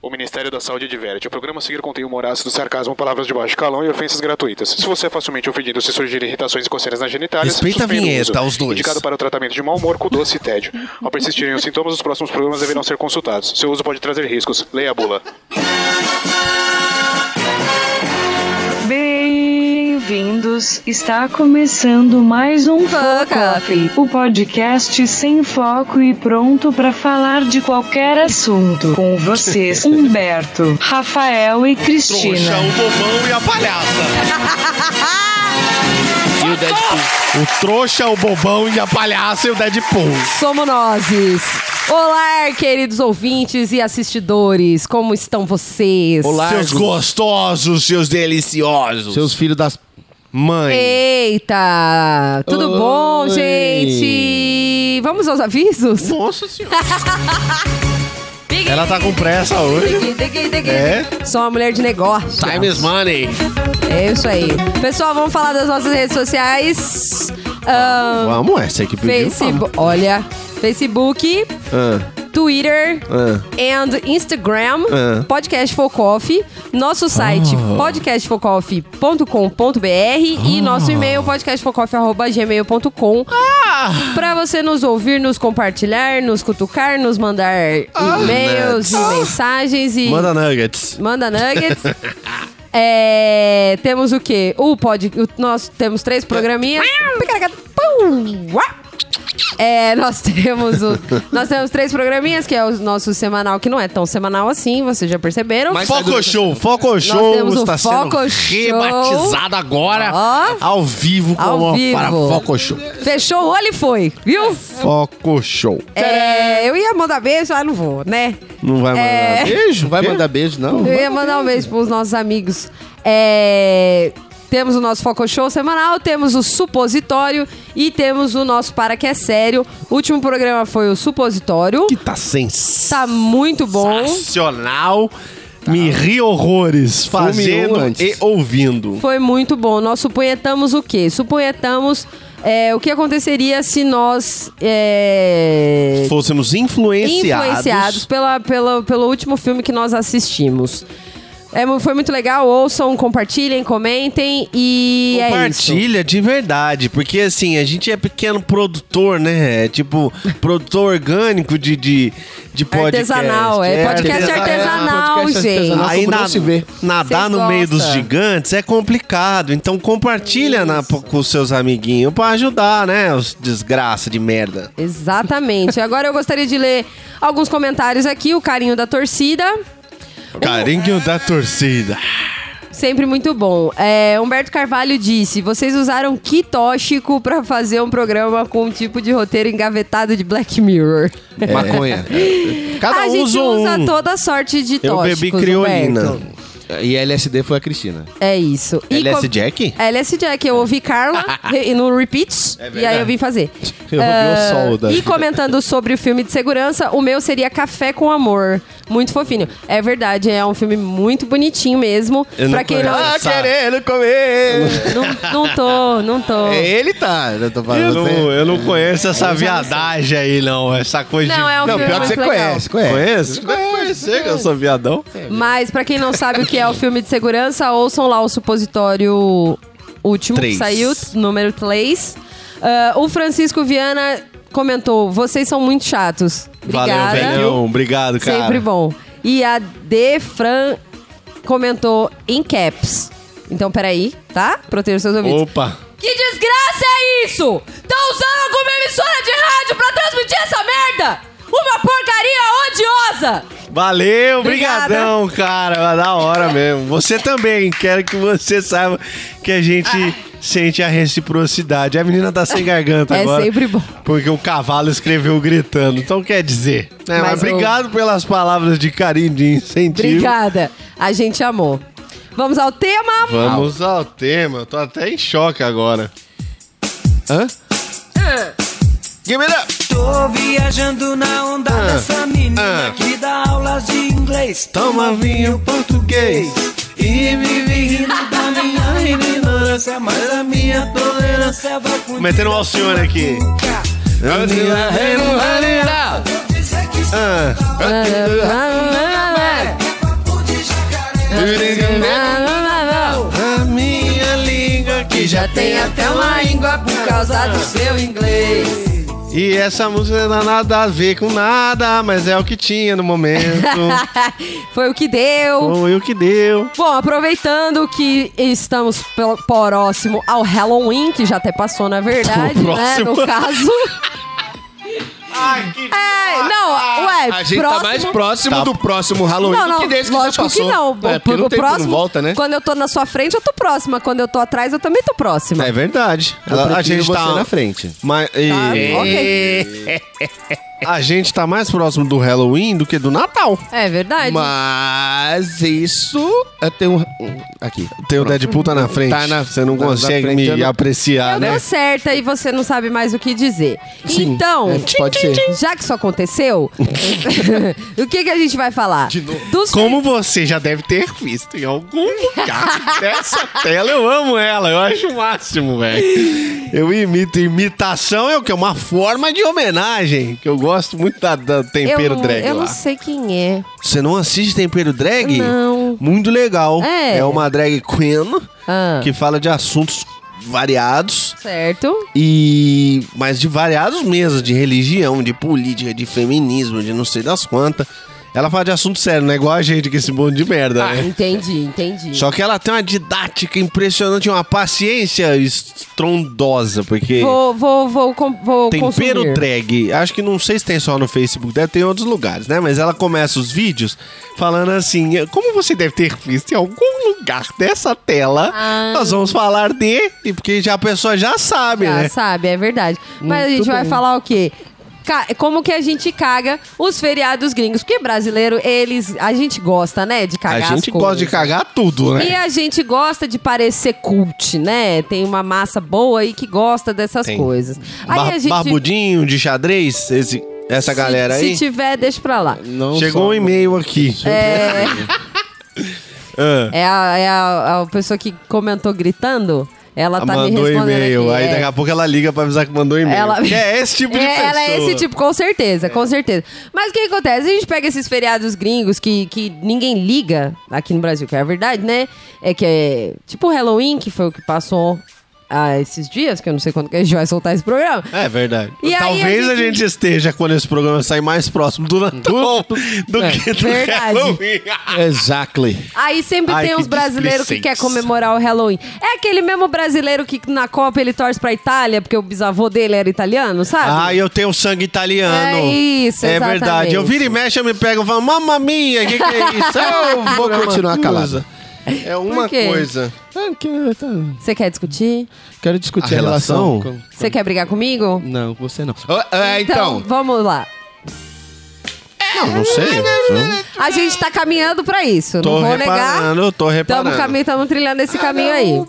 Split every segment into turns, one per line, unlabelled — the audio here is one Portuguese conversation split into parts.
O Ministério da Saúde adverte. O programa a seguir contém humor ácido, sarcasmo, palavras de baixo calão e ofensas gratuitas. Se você é facilmente ofendido se surgirem irritações e coceiras nas genitálias,
Respeita a
suspenda o
vinheta, tá,
uso.
os dois.
Indicado para o tratamento de mau humor, com doce e tédio. Ao persistirem os sintomas, os próximos programas deverão ser consultados. Seu uso pode trazer riscos. Leia a bula.
Bem-vindos! Está começando mais um
Fuck
Focoff, o podcast sem foco e pronto para falar de qualquer assunto. Com vocês, Humberto, Rafael e
Trouxa,
Cristina.
o bobão e a palhaça.
E o Deadpool.
O trouxa, o bobão e a palhaça e o Deadpool.
Somos nozes. Olá, queridos ouvintes e assistidores. Como estão vocês?
Olá.
Seus
Largos.
gostosos, seus deliciosos.
Seus filhos das.
Mãe.
Eita! Tudo
Oi.
bom, gente? Vamos aos avisos?
Nossa senhora. Ela tá com pressa hoje.
Digui, digui, digui.
É?
Sou uma mulher de negócio.
Time is money.
É isso aí. Pessoal, vamos falar das nossas redes sociais. Ahn,
Vamos, essa aqui pediu.
Facebook. Olha, Facebook,
Ah,
Twitter,
É.
ah.
and Instagram,
Ah.
Podcast Focoff, nosso site podcastfocoff.com.br
Ah.
e nosso e-mail podcastfocoff.gmail.com
Ah.
pra você nos ouvir, nos compartilhar, nos cutucar, nos mandar e-mails, e mensagens e
Ah. Manda nuggets.
manda nuggets. É, temos o quê? O pod, o- nós temos três programinhas. É, nós temos o- nós temos três programinhas que é o nosso semanal que não é tão semanal assim, vocês já perceberam?
Mas-
Foco Show, Foco
Nós
Show
temos o
está sendo
Foco Show.
rebatizado agora
Ó.
ao vivo
Ao
como
vivo.
para Foco Show.
Fechou o olho e foi, viu?
Foco show.
É, eu ia mandar beijo, mas não vou, né?
Não vai mandar
É.
beijo? Não vai mandar beijo, não?
Eu ia mandar um beijo pros nossos amigos. É, Temos o nosso Foco Show semanal, temos o Supositório e temos o nosso Para Que É Sério. O último programa foi o Supositório.
Que tá sem.
Tá muito bom.
Sensacional. Me ri horrores fazendo
um antes.
e ouvindo.
Foi muito bom. Nós suponhetamos o quê? Suponhetamos é, o que aconteceria se nós é,
Fôssemos influenciados.
influenciados pela, pela, pelo último filme que nós assistimos. É, mu- foi muito legal. Ouçam, compartilhem, comentem e é isso.
Compartilha de verdade, porque assim, a gente é pequeno produtor, né? É tipo, produtor orgânico de, de, de podcast. É,
Artesanal, é. Podcast artesanal,
podcast
gente.
artesanal.
Aí
Como não
na-
se vê.
nadar
Vocês
no meio dos
gostam.
gigantes é complicado, então compartilha na- com os seus amiguinhos pra ajudar, né? Os desgraça de merda.
Exatamente. Agora eu gostaria de ler alguns comentários aqui. O carinho da torcida,
Carinho da torcida.
sempre muito bom. É, Humberto Carvalho disse: vocês usaram que tóxico pra fazer um programa com um tipo de roteiro engavetado de Black Mirror?
Maconha.
Cada
a
um
gente
usa um.
toda sorte de
Eu
tóxicos,
bebi criolina.
Humberto.
E a LSD foi a Cristina.
É isso. E
LS
com-
Jack?
LS Jack, eu ouvi Carla re- no Repeats e aí eu vim fazer.
Eu ouvi o
Ah,
sol da
E
vida.
comentando sobre o filme de segurança, o meu seria Café com Amor. Muito fofinho. É verdade, é um filme muito bonitinho mesmo.
Eu não
pra quem
conheço.
Tá
Tá
querendo comer.
não, não. Não tô, não tô.
É, Ele tá. Eu tô
Eu
falando.
não,
né?
eu não conheço essa viadagem aí, não. Essa coisa
Não,
de.
é um
Não,
filme
pior que
muito
você
legal.
conhece,
Conhece?
conhece.
Conhecer que eu sou viadão.
Mas pra quem não sabe o que é o filme de segurança, ouçam lá o supositório último
Três.
que saiu, número 3. o Francisco Viana comentou: vocês são muito chatos. Obrigada.
Valeu, velhão. Obrigado, cara.
Sempre bom. E a Defran comentou em caps. Então, peraí, tá? Proteja seus ouvidos.
Opa.
Que desgraça é isso? Tá usando alguma emissora de rádio pra transmitir essa merda? Uma porcaria odiosa!
Valeu,
Obrigada.
brigadão, cara. Mas Da hora mesmo. Você também. Quero que você saiba que a gente sente a reciprocidade. A menina tá sem garganta
Ah. É
agora.
sempre bom.
Porque o cavalo escreveu gritando. Então quer dizer. né,
Mas
mas obrigado pelas palavras de carinho, de incentivo.
Obrigada. A gente amou. Vamos ao tema?
Vamos ao tema. Eu tô até em choque agora.
Hã?
Give it up.
Tô viajando na onda dessa menina
ah.
que dá aulas de inglês.
Toma vinho português.
E vive rindo da minha ignorância, mas a minha tolerância vai com
Metendo um Alcione aqui.
dizer que
Ah.
Ah, ah, ah, ah. tem até uma íngua por causa do seu inglês.
E essa música não tem nada a ver com nada, mas é o que tinha no momento.
Foi o que deu.
Foi o que deu.
Bom, aproveitando que estamos pro- próximo ao Halloween, que já até passou, na verdade, né?
Próximo.
No caso.
Ai, que
É, não, ué,
A gente
próximo...
tá mais próximo
Tá.
do próximo Halloween
Não, não,
do que desse que já
lógico
passou.
que não.
É, porque
Pro-
não
pro
tem
próximo,
não volta, né?
Quando eu tô na sua frente, eu tô próxima. Quando eu tô atrás, eu também tô próxima.
É verdade.
Eu
a
prefiro
gente
você
tá
na frente.
Mas,
Ah,
e-
ok.
A gente tá mais próximo do Halloween do que do Natal.
É verdade.
Mas isso.
é,
Eu tenho. um- Aqui.
Tem o Deadpool tá na frente.
Tá na-
Você não
tá na
consegue
frente,
me
eu não-
apreciar,
Eu
né?
deu certa e você não sabe mais o que dizer.
Sim,
então,
é, pode ser.
já que isso aconteceu, o que, que a gente vai falar? De novo. Dos
Como você já deve ter visto em algum lugar dessa tela, eu amo ela, eu acho o máximo, velho. Eu imito, imitação é o que? É uma forma de homenagem, que eu gosto muito da, da Tempero
eu,
Drag
Eu
lá.
não sei quem é.
Você não assiste Tempero Drag?
Não.
Muito legal.
É.
uma drag queen
Ah.
que fala de assuntos variados.
Certo?
E. Mas de variados mesmo, de religião, de política, de feminismo, de não sei das quantas. Ela fala de assunto sério, não é igual a gente, que esse bando de merda, né?
Ah, Entendi, entendi.
Só que ela tem uma didática impressionante, uma paciência estrondosa, porque
Vou, vou, vou, com- vou
tempero
consumir.
drag, acho que não sei se tem só no Facebook, deve ter em outros lugares, né? Mas ela começa os vídeos falando assim: como você deve ter visto em algum lugar dessa tela,
Ah.
nós vamos falar de. E porque já a pessoa já sabe,
Já
né?
sabe, é verdade. Mas a
Muito
gente vai
bem.
falar o quê? Ca- Como que a gente caga os feriados gringos? Porque brasileiro, eles. A gente gosta, né? De
A
cagar. as
gente gosta de
coisas.
cagar tudo, né?
E a gente gosta de parecer cult, né? Tem uma massa boa aí que gosta dessas
Tem.
coisas. Aí
Bar-
a gente.
Barbudinho de xadrez, esse- essa
se-
galera aí.
Se tiver, deixa pra lá.
Não
Chegou
só-
um e-mail aqui.
É,
Ah.
é, a, é a- a pessoa que comentou gritando. Ela tá me
mandou
respondendo.
e-mail.
aqui,
Aí
é.
daqui a pouco ela liga pra avisar que mandou e-mail.
Ela-
Que é esse tipo de
É,
pessoa. É.
ela é esse tipo, com certeza, com certeza. Mas o que acontece? A gente pega esses feriados gringos que, que ninguém liga aqui no Brasil, que é a verdade, né? É que é tipo o Halloween, que foi o que passou ah, esses dias, que eu não sei quando que a gente vai soltar esse programa.
É verdade.
E aí
Talvez
a
a
gente-
gente... esteja, quando esse programa sair, mais próximo do
tipo
Natal do,
é,
que do
verdade.
Halloween.
Exactly.
Aí sempre
Ai,
tem
que
uns brasileiros que quer
displicentes.
comemorar o Halloween. É aquele mesmo brasileiro que na Copa ele torce pra Itália, porque o bisavô dele era italiano, sabe?
Ah, eu tenho sangue italiano.
É isso,
É
exatamente.
verdade. Eu viro e mexo, eu me pego e falo, mamma mia, o que, que é isso? eu
vou continuar
calado. É uma
Por quê?
coisa.
Ah, que- tá.
Você quer discutir?
Quero discutir
A
a, relação.
relação?
com-
Você quer brigar comigo?
Não, com você não. Ah,
é,
ah, então.
vamos lá.
Não, não sei. é,
A gente tá caminhando pra isso,
Tô
não vou negar.
reparando, tô reparando.
Estamos caminho, tamo trilhando esse caminho aí.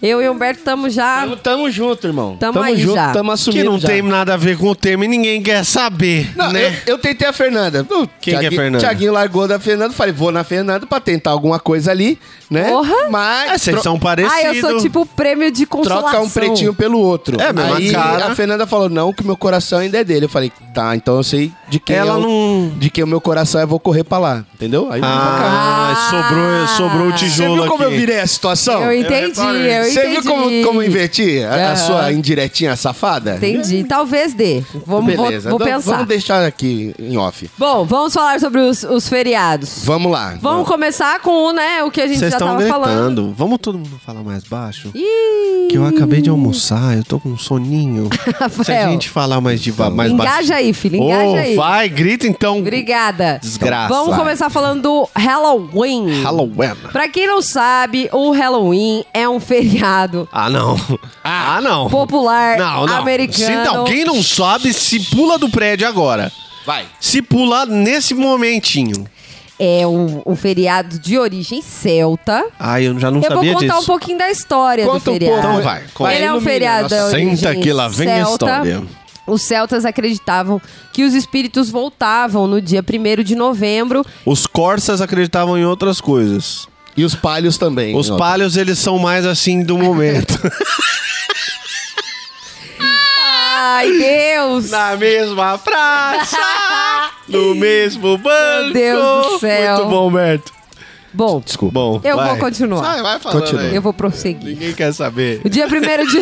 Eu e o Humberto estamos já.
Tamo, tamo junto, irmão.
Tamo aí
junto,
já.
tamo
Que
assumindo
não
já.
tem nada a ver com o tema e ninguém quer saber,
Não,
né?
eu, eu tentei a Fernanda.
Quem
O
que é
Thiagui-
a Fernanda?
Thiaguinho largou da Fernanda. Falei, vou na Fernanda pra tentar alguma coisa ali, né?
Porra.
Mas
Ah, vocês
tro-
são parecidos.
Ah, eu sou tipo o prêmio de consolação.
troca um pretinho pelo outro.
É, mesma
Aí
cara.
a Fernanda falou, não, que meu coração ainda é dele. Eu falei, tá, então eu sei de quem,
Ela
eu-
não-
de quem o meu coração é, vou correr pra lá. Entendeu? Aí eu vim pra cá.
Ah, sobrou, sobrou o
Você
tijolo
viu
aqui.
como eu virei a situação?
Eu entendi, eu entendi.
Você viu como, como eu inverti a, a
Aham.
sua indiretinha safada?
Entendi. Talvez dê. Vamos, vou,
Beleza,
vou
então
Não,
pensar.
Vamos deixar aqui em off.
Bom, vamos falar sobre os, os feriados.
Vamos lá.
Vamos começar com né, o que a gente
Vocês
já
estão
tava
gritando.
falando.
Vamos todo mundo falar mais baixo?
Ih,
Que eu acabei de almoçar, eu tô com um soninho. Se a
Rafael.
gente falar mais, de, ba- mais baixo.
Engaja aí, filho, engaja
Ô,
aí.
Vai, grita então.
Obrigada.
Desgraça.
Vamos começar falando do Halloween.
Halloween.
Pra quem não sabe, o Halloween é um feriado
Ah, não. Ah, não.
popular
Não, não.
americano.
Se não, quem não sabe, se pula do prédio agora.
Vai.
Se pular nesse momentinho.
É um, um feriado de origem celta.
Ai, Ah, eu já não
Eu vou
sabia
contar um
disso.
pouquinho da história do
Conta um
feriado.
pouco.
Então vai, conta.
Ele é um
Ilumina,
feriado
nossa,
da origem
senta que lá vem a
celta.
história.
Os celtas acreditavam que os espíritos voltavam no dia 1 de novembro.
Os Corsas acreditavam em outras coisas.
E os palhos também.
Os
Ó,
palhos, eles são mais assim do momento.
Ai, Deus!
Na mesma praça, no mesmo banco.
Deus do céu.
Muito bom, Berto.
Bom,
Desculpa.
Bom,
eu
vai.
vou continuar.
Vai, vai falando
Continua.
aí.
Eu vou prosseguir.
Ninguém quer saber.
O dia 1 de.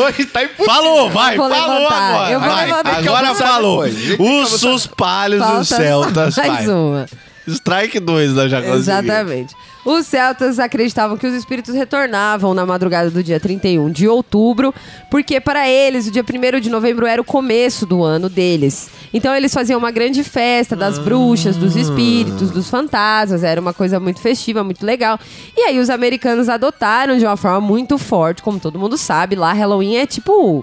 Hoje tá impossível.
Falou, vai,
Eu vou
falou
levantar,
agora.
eu vou
vai.
levantar.
Agora
Tem que
falou.
depois, tem que
Ursos palhos
Falta
do Celtas.
mais
vai.
uma.
Strike 2 nós já conseguimos.
Exatamente. Os celtas acreditavam que os espíritos retornavam na madrugada do dia 31 de outubro, porque para eles o dia 1 de novembro era o começo do ano deles. Então eles faziam uma grande festa das
Ah.
bruxas, dos espíritos, dos fantasmas, era uma coisa muito festiva, muito legal. E aí os americanos adotaram de uma forma muito forte, como todo mundo sabe, lá Halloween é tipo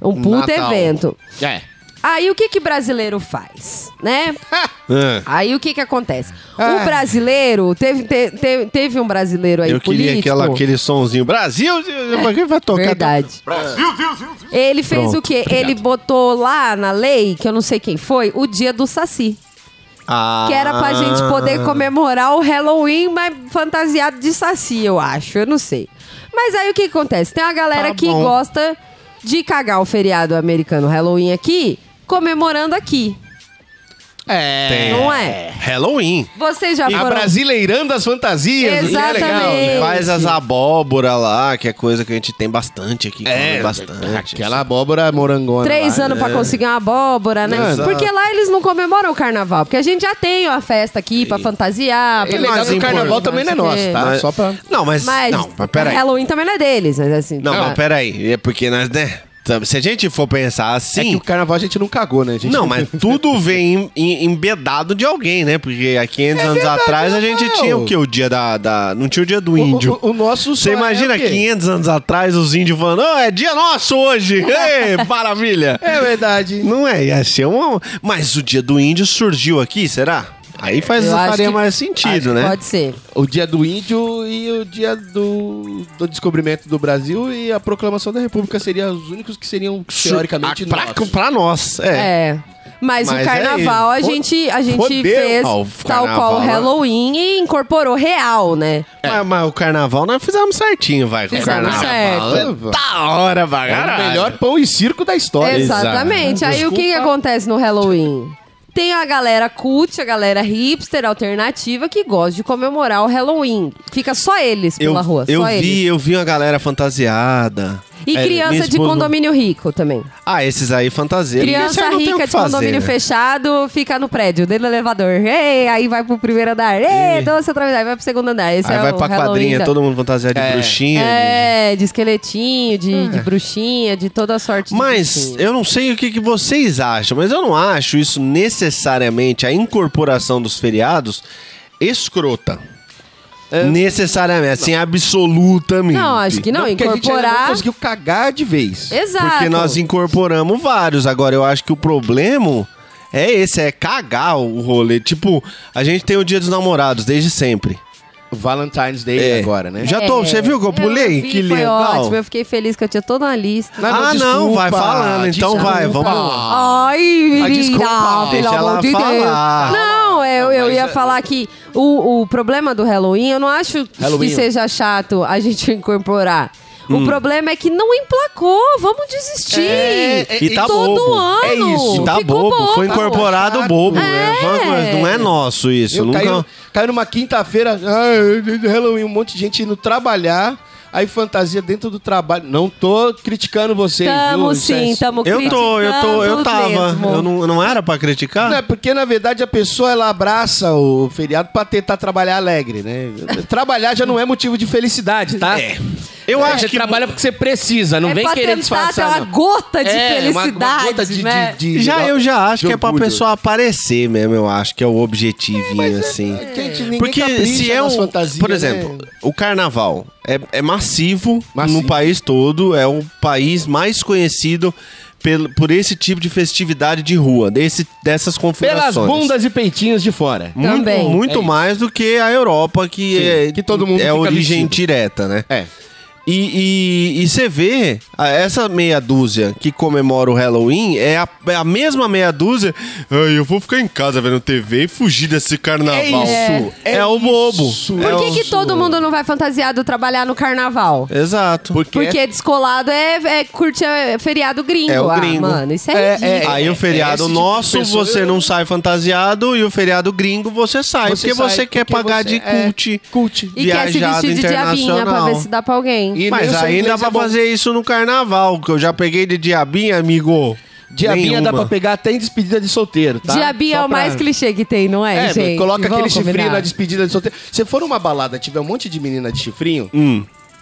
um puto
Natal.
evento.
É.
Aí o que que brasileiro faz, né?
Ah,
Aí o que que acontece? O brasileiro, teve, te- te- teve um brasileiro aí
Ah, eu queria
político.
aquela, aquele sonzinho. Brasil, pra quem vai tocar?
Verdade. Ele fez
Pronto,
o quê?
obrigado.
Ele botou lá na lei, que eu não sei quem foi, o dia do Saci.
Ah.
É. Que era pra gente poder comemorar o Halloween, mas fantasiado de Saci, eu acho. Eu não sei. Mas aí o que que acontece? Tem uma galera
Tá
que
bom.
gosta de cagar o feriado americano Halloween aqui, comemorando aqui.
É.
Não é?
Halloween.
Vocês já
A
foram...
brasileirando as fantasias. o que é legal.
Exatamente. Gente.
Faz as abóbora lá, que é coisa que a gente tem bastante aqui. come É, bastante.
É, Aquela abóbora morangona.
Três
lá,
anos
né?
pra conseguir uma abóbora, né?
é. Exato.
Porque lá eles não comemoram o carnaval, porque a gente já tem uma festa aqui pra fantasiar.
É
pra
legal
Mas
que o carnaval
importante.
também não é
É.
nosso, tá?
Mas-
Só pra...
Não, mas.
Mas,
não, mas peraí.
Halloween também não é deles, mas assim.
Não,
tá.
mas peraí. É porque nós, né? sabe, Se a gente for pensar assim.
É que o carnaval a gente não cagou, né? A gente
Não, mas tudo vem em- em- embedado de alguém, né? Porque há 500
É
anos atrás a gente
Rafael.
tinha o quê? O dia da, da- Não tinha o dia do
O-
índio.
O, o nosso
Você
só é
imagina
o quê?
500 anos atrás os índios falando, "Ah, é dia nosso hoje! Ê, maravilha!
É verdade.
Não é, ia ser um. Mas o dia do índio surgiu aqui, será? Aí faz,
Eu acho
faria
que-
mais sentido, né?
Pode ser.
O dia do índio e o dia do, do descobrimento do Brasil e a proclamação da República seriam os únicos que seriam
Sur-
teoricamente
a- Ah, pra,
nossos.
pra nós, é.
É. Mas,
Mas
o carnaval
é
a
isso.
gente, a gente
Fodeu.
fez
Ah, o
tal
carnaval,
qual o
né?
Halloween e incorporou real, né?
Mas, É, mas o carnaval nós fizemos certinho, vai, com o
Fizemos
carnaval.
certo.
É Da hora, vai,
É o
caralho.
melhor pão e circo da história.
Exatamente. Aí o que, que acontece no Halloween? Tem a galera cult, a galera hipster, alternativa, que gosta de comemorar o Halloween. Fica só eles
Eu,
pela rua,
eu
só
vi,
eles.
eu vi uma galera fantasiada.
E
É, minha
criança de
esposa-
condomínio rico também.
Ah, esses aí fantasia. Esse
Criança
aí não tem o que
rica de
fazer,
condomínio
né?
fechado fica no prédio, dentro do elevador. Ei, aí vai pro primeiro andar. Ei, doce outra vez. Aí vai pro segundo andar. Esse
Aí
é
vai
o
pra
Halloween
quadrinha,
da-
todo mundo fantasiado de bruxinha.
É, de esqueletinho, de, de bruxinha, de toda sorte. de
Hum. Mas
bruxinha.
eu não sei o que, que vocês acham, mas eu não acho isso necessariamente a incorporação dos feriados escrota. necessariamente, assim, absolutamente.
Não, acho que não.
porque a gente ainda não
incorporar.
conseguiu cagar de vez.
Exato.
Porque nós incorporamos vários. Agora, eu acho que o problema é esse, é cagar o rolê. Tipo, a gente tem o dia dos namorados desde sempre.
Valentine's Day
É.
agora, né?
Já tô, você viu que eu pulei?
vi,
que
foi
legal.
ótimo. Eu fiquei feliz que eu tinha toda uma lista.
Ah, não, vai falando, então vai, vamos lá.
Ai, menina,
desculpa.
pelo
Deixa
amor
ela
de
falar.
Deus. Não, é- eu, eu ia falar que o, o problema do Halloween, eu não acho
Halloween.
que seja chato a gente incorporar. O
Hum.
problema é que não emplacou, vamos desistir.
É, e tá
Todo
bobo.
ano.
É isso, tá
Ficou
bobo. Foi
bobo.
incorporado
Chato.
bobo.
É.
né? Vamos- mas Não é nosso isso.
Eu
nunca...
caí, caí numa quinta-feira, ah, Halloween, um monte de gente indo trabalhar, aí fantasia dentro do trabalho. Não tô criticando vocês,
Tamo
viu? Isso é-
sim, tamo
Eu tô, eu tô, eu
criticando
tava.
mesmo.
Eu não, não era pra criticar?
Não, é porque, na verdade, a pessoa ela abraça o feriado pra tentar trabalhar alegre, né? Trabalhar já não é motivo de felicidade, tá?
É. Eu
Você
acho que.
trabalha porque você precisa, não
é
vem
pra
querer
tentar ter
disfarçar.
uma
não.
gota de
É, uma- uma
felicidade,
gota de- de-
né?
de-
Já
de-
eu já acho
de
que é pra
orgulho.
pessoa aparecer mesmo, eu acho que é o objetivinho, assim.
é Gente, ninguém
Porque
capricha
se é um.
nas fantasias,
por exemplo,
né?
o carnaval é, é massivo,
Massivo.
no país todo, é o país mais conhecido pelo, por esse tipo de festividade de rua, desse, dessas configurações.
pelas bundas e peitinhos de fora.
Muito,
Também.
muito
É isso.
mais do que a Europa, que
Sim,
é,
que todo mundo
é
fica
origem
vestido.
direta, né?
É.
E e você vê a- essa meia dúzia que comemora o Halloween é a, é a mesma meia dúzia. Ai, eu vou ficar em casa vendo TV e fugir desse carnaval.
É isso,
É,
é
o bobo.
isso.
É
Por que,
o-
que todo mundo não vai fantasiado trabalhar no carnaval?
Exato.
Porque descolado é, é curtir é feriado gringo.
É o
Ah,
gringo.
mano, isso é,
É,
ridículo.
é,
Aí o feriado
esse tipo de
nosso
pessoa-
você não sai fantasiado e o feriado gringo você sai, porque
sai
você quer
porque
pagar
você
de
é
cult.
cult.
E quer se
viajado
vestir de diabinha pra ver se dá pra alguém.
E nem
Mas
o seu
aí dá
inglês
pra
é bom.
fazer isso no carnaval, que eu já peguei de diabinha, amigo.
Diabinha é dá pra
Nenhuma.
pegar até em despedida de solteiro, tá?
Diabinha
Só
é o
pra-
mais clichê que tem, não é,
É,
gente?
coloca aquele
Vamos
chifrinho
combinar.
na despedida de solteiro. Se for numa balada, tiver um monte de menina de chifrinho,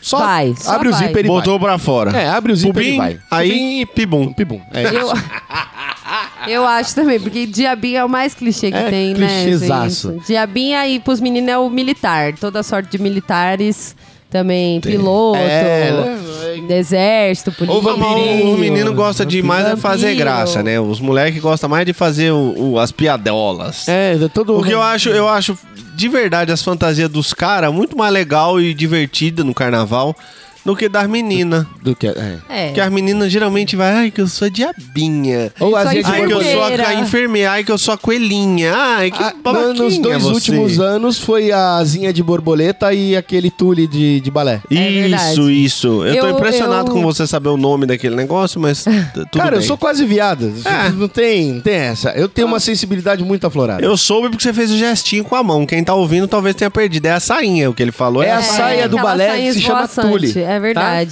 só
Vai, só
abre
vai.
o zíper e
Botou
vai.
pra fora.
É, abre o zíper e
Pubim,
vai.
aí pibum.
Pibum. É isso.
Eu, eu acho também, porque diabinha é o mais clichê que
É,
tem, né?
clichêzaço.
gente? Diabinha e pros meninos é o militar. Toda sorte de militares também. Piloto,
É,
exército, polícia.
Ou vampirinho.
O menino gosta de mais é
Vampiro.
fazer graça, né? Os moleques gostam mais de fazer o- o- as piadolas.
É, todo
O que eu acho, eu acho de verdade as fantasias dos caras muito mais legal e divertida no carnaval do que das meninas.
Do que, é.
É.
Porque as meninas geralmente vai, ai que eu sou diabinha.
Ou às
Só
vezes...
isso
Ai que eu sou a,
enfermeira.
a enfermeira, ai que eu sou a coelhinha. Ai que
Ah,
babaquinha
nos dois
você.
últimos anos foi a asinha de borboleta e aquele tule de, de balé.
É verdade.
Isso, isso. Eu, tô
Eu-
impressionado
eu-
com você saber o nome daquele negócio, mas t- tudo
Cara, eu
bem.
sou quase viado.
É.
Não, tem, não tem essa. Eu tenho uma sensibilidade muito aflorada.
Eu soube porque você fez o gestinho com a mão. Quem tá ouvindo talvez tenha perdido. É a sainha o que ele falou.
É a
É,
saia do
aquela
balé
saia
se chama
esvoaçante,
tule, tá?
É verdade.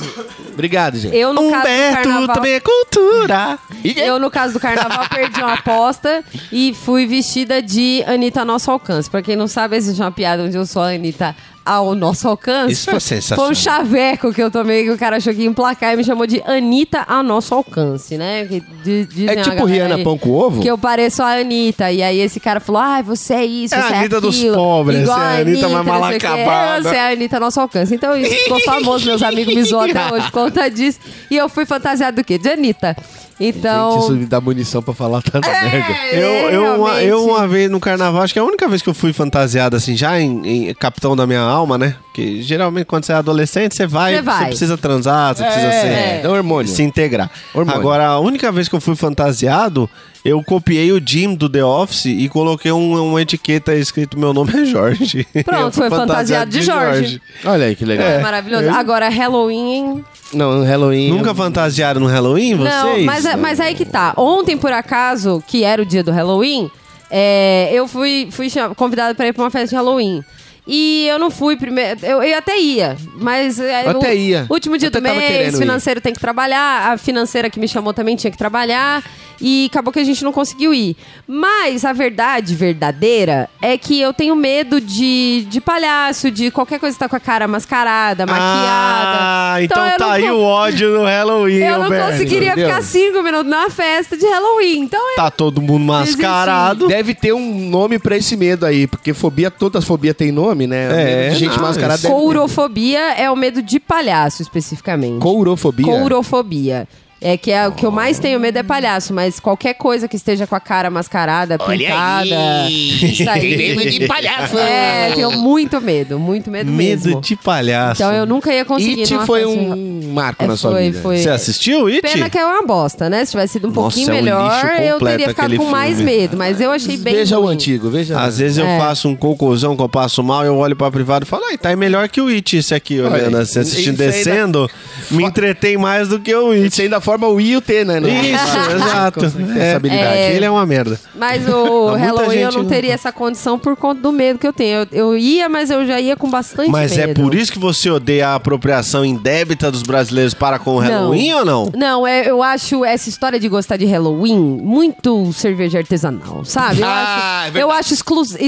Obrigado, gente.
Eu, no caso do
Humberto
carnaval,
também é cultura.
Eu, no caso do carnaval, perdi uma aposta e fui vestida de Anitta ao nosso alcance. Pra quem não sabe, existe uma piada onde eu sou a Anitta ao nosso alcance.
Isso é sensacional.
Foi um chaveco que eu tomei, que o cara achou que ia emplacar e me chamou de Anitta ao nosso alcance, né? Que di- dizem
É
a
tipo
galera
Rihanna
aí
Pão com Ovo?
Que eu pareço a Anitta. E aí esse cara falou, ai, você é isso,
É a
você é
Anitta dos
aquilo,
pobres,
igual
você é a Anitta mais
não sei o quê.
malacabada.
É, Você é a Anitta ao nosso alcance. Então isso ficou famoso, meus amigos me zoam até hoje por conta disso. E eu fui fantasiada do quê? De Anitta. Então...
Gente, isso me dá munição pra falar tanta merda.
É,
Eu, eu, uma,
realmente.
eu uma vez no carnaval, acho que é a única vez que eu fui fantasiado assim, já em, em Capitão da Minha Alma, né? Porque geralmente quando você é adolescente, você vai, você,
Você vai.
precisa transar, você precisa
É,
ser-
é hormônio.
se integrar.
Hormônio.
Agora, a única vez que eu fui fantasiado, eu copiei o Jim do The Office e coloquei um, uma etiqueta escrito meu nome é Jorge.
Pronto,
Eu fui
foi fantasiado de Jorge.
Olha aí que legal.
É.
Maravilhoso. Agora, Halloween.
Não, no Halloween.
Nunca fantasiaram no Halloween, vocês?
Não, mas, é- mas aí que tá. Ontem, por acaso, que era o dia do Halloween, é, eu fui, fui cha- convidada pra ir pra uma festa de Halloween. E eu não fui primeiro. Eu, eu até ia, mas. é,
Eu
o-
até ia.
Último dia
Eu até
do
tava
mês,
querendo ir.
financeiro tem que trabalhar, a financeira que me chamou também tinha que trabalhar. E acabou que a gente não conseguiu ir. Mas a verdade verdadeira é que eu tenho medo de, de palhaço, de qualquer coisa que tá com a cara mascarada, maquiada.
Ah, então,
eu
tá
não
aí
con-
o ódio no Halloween,
eu não
Alberto.
conseguiria
entendeu?
ficar cinco minutos na festa de Halloween. Então é.
Tá todo mundo mascarado.
Deve ter um nome pra esse medo aí, porque fobia, toda fobia tem nome, né?
É,
Medo de gente
não,
mascarada.
isso-
deve ter.
Courofobia é o medo de palhaço, especificamente.
Courofobia.
Courofobia. É que é o que eu mais tenho medo é palhaço, mas qualquer coisa que esteja com a cara mascarada, pintada. Isso aí. medo de palhaço. É, eu tenho muito medo, muito medo,
Medo
mesmo.
de palhaço.
Então eu nunca ia conseguir.
It
numa
foi
festa de Halloween.
um marco
É,
na sua
foi,
vida.
foi.
Você assistiu It?
Pena que é uma bosta, né? Se tivesse sido um
Nossa,
pouquinho
é um lixo
melhor, eu
completo
teria ficado
aquele
com mais
filme.
medo, mas eu achei bem.
Veja o
ruim.
antigo, veja.
Às vezes eu
É.
faço um cocôzão que eu passo mal, eu olho pra privado e falo, ai, tá aí melhor que o It esse aqui, olhando assim, assistindo,
isso aí ainda-
descendo, me entretém mais do que o It.
Isso ainda forma o I e o T, né?
Isso, exato. É,
Responsabilidade.
É.
Ele é uma merda.
Mas o
Muita
Halloween eu
gente
não
não-
teria essa condição por conta do medo que eu tenho. Eu, eu ia, mas eu já ia com bastante
Mas
medo.
é por isso que você odeia a apropriação indébita dos brasileiros para com o Halloween ou não?
Não, é- eu acho essa história de gostar de Halloween muito cerveja artesanal, sabe? Eu
Ah, é
acho,
verdade. É.
eu acho exclusivo.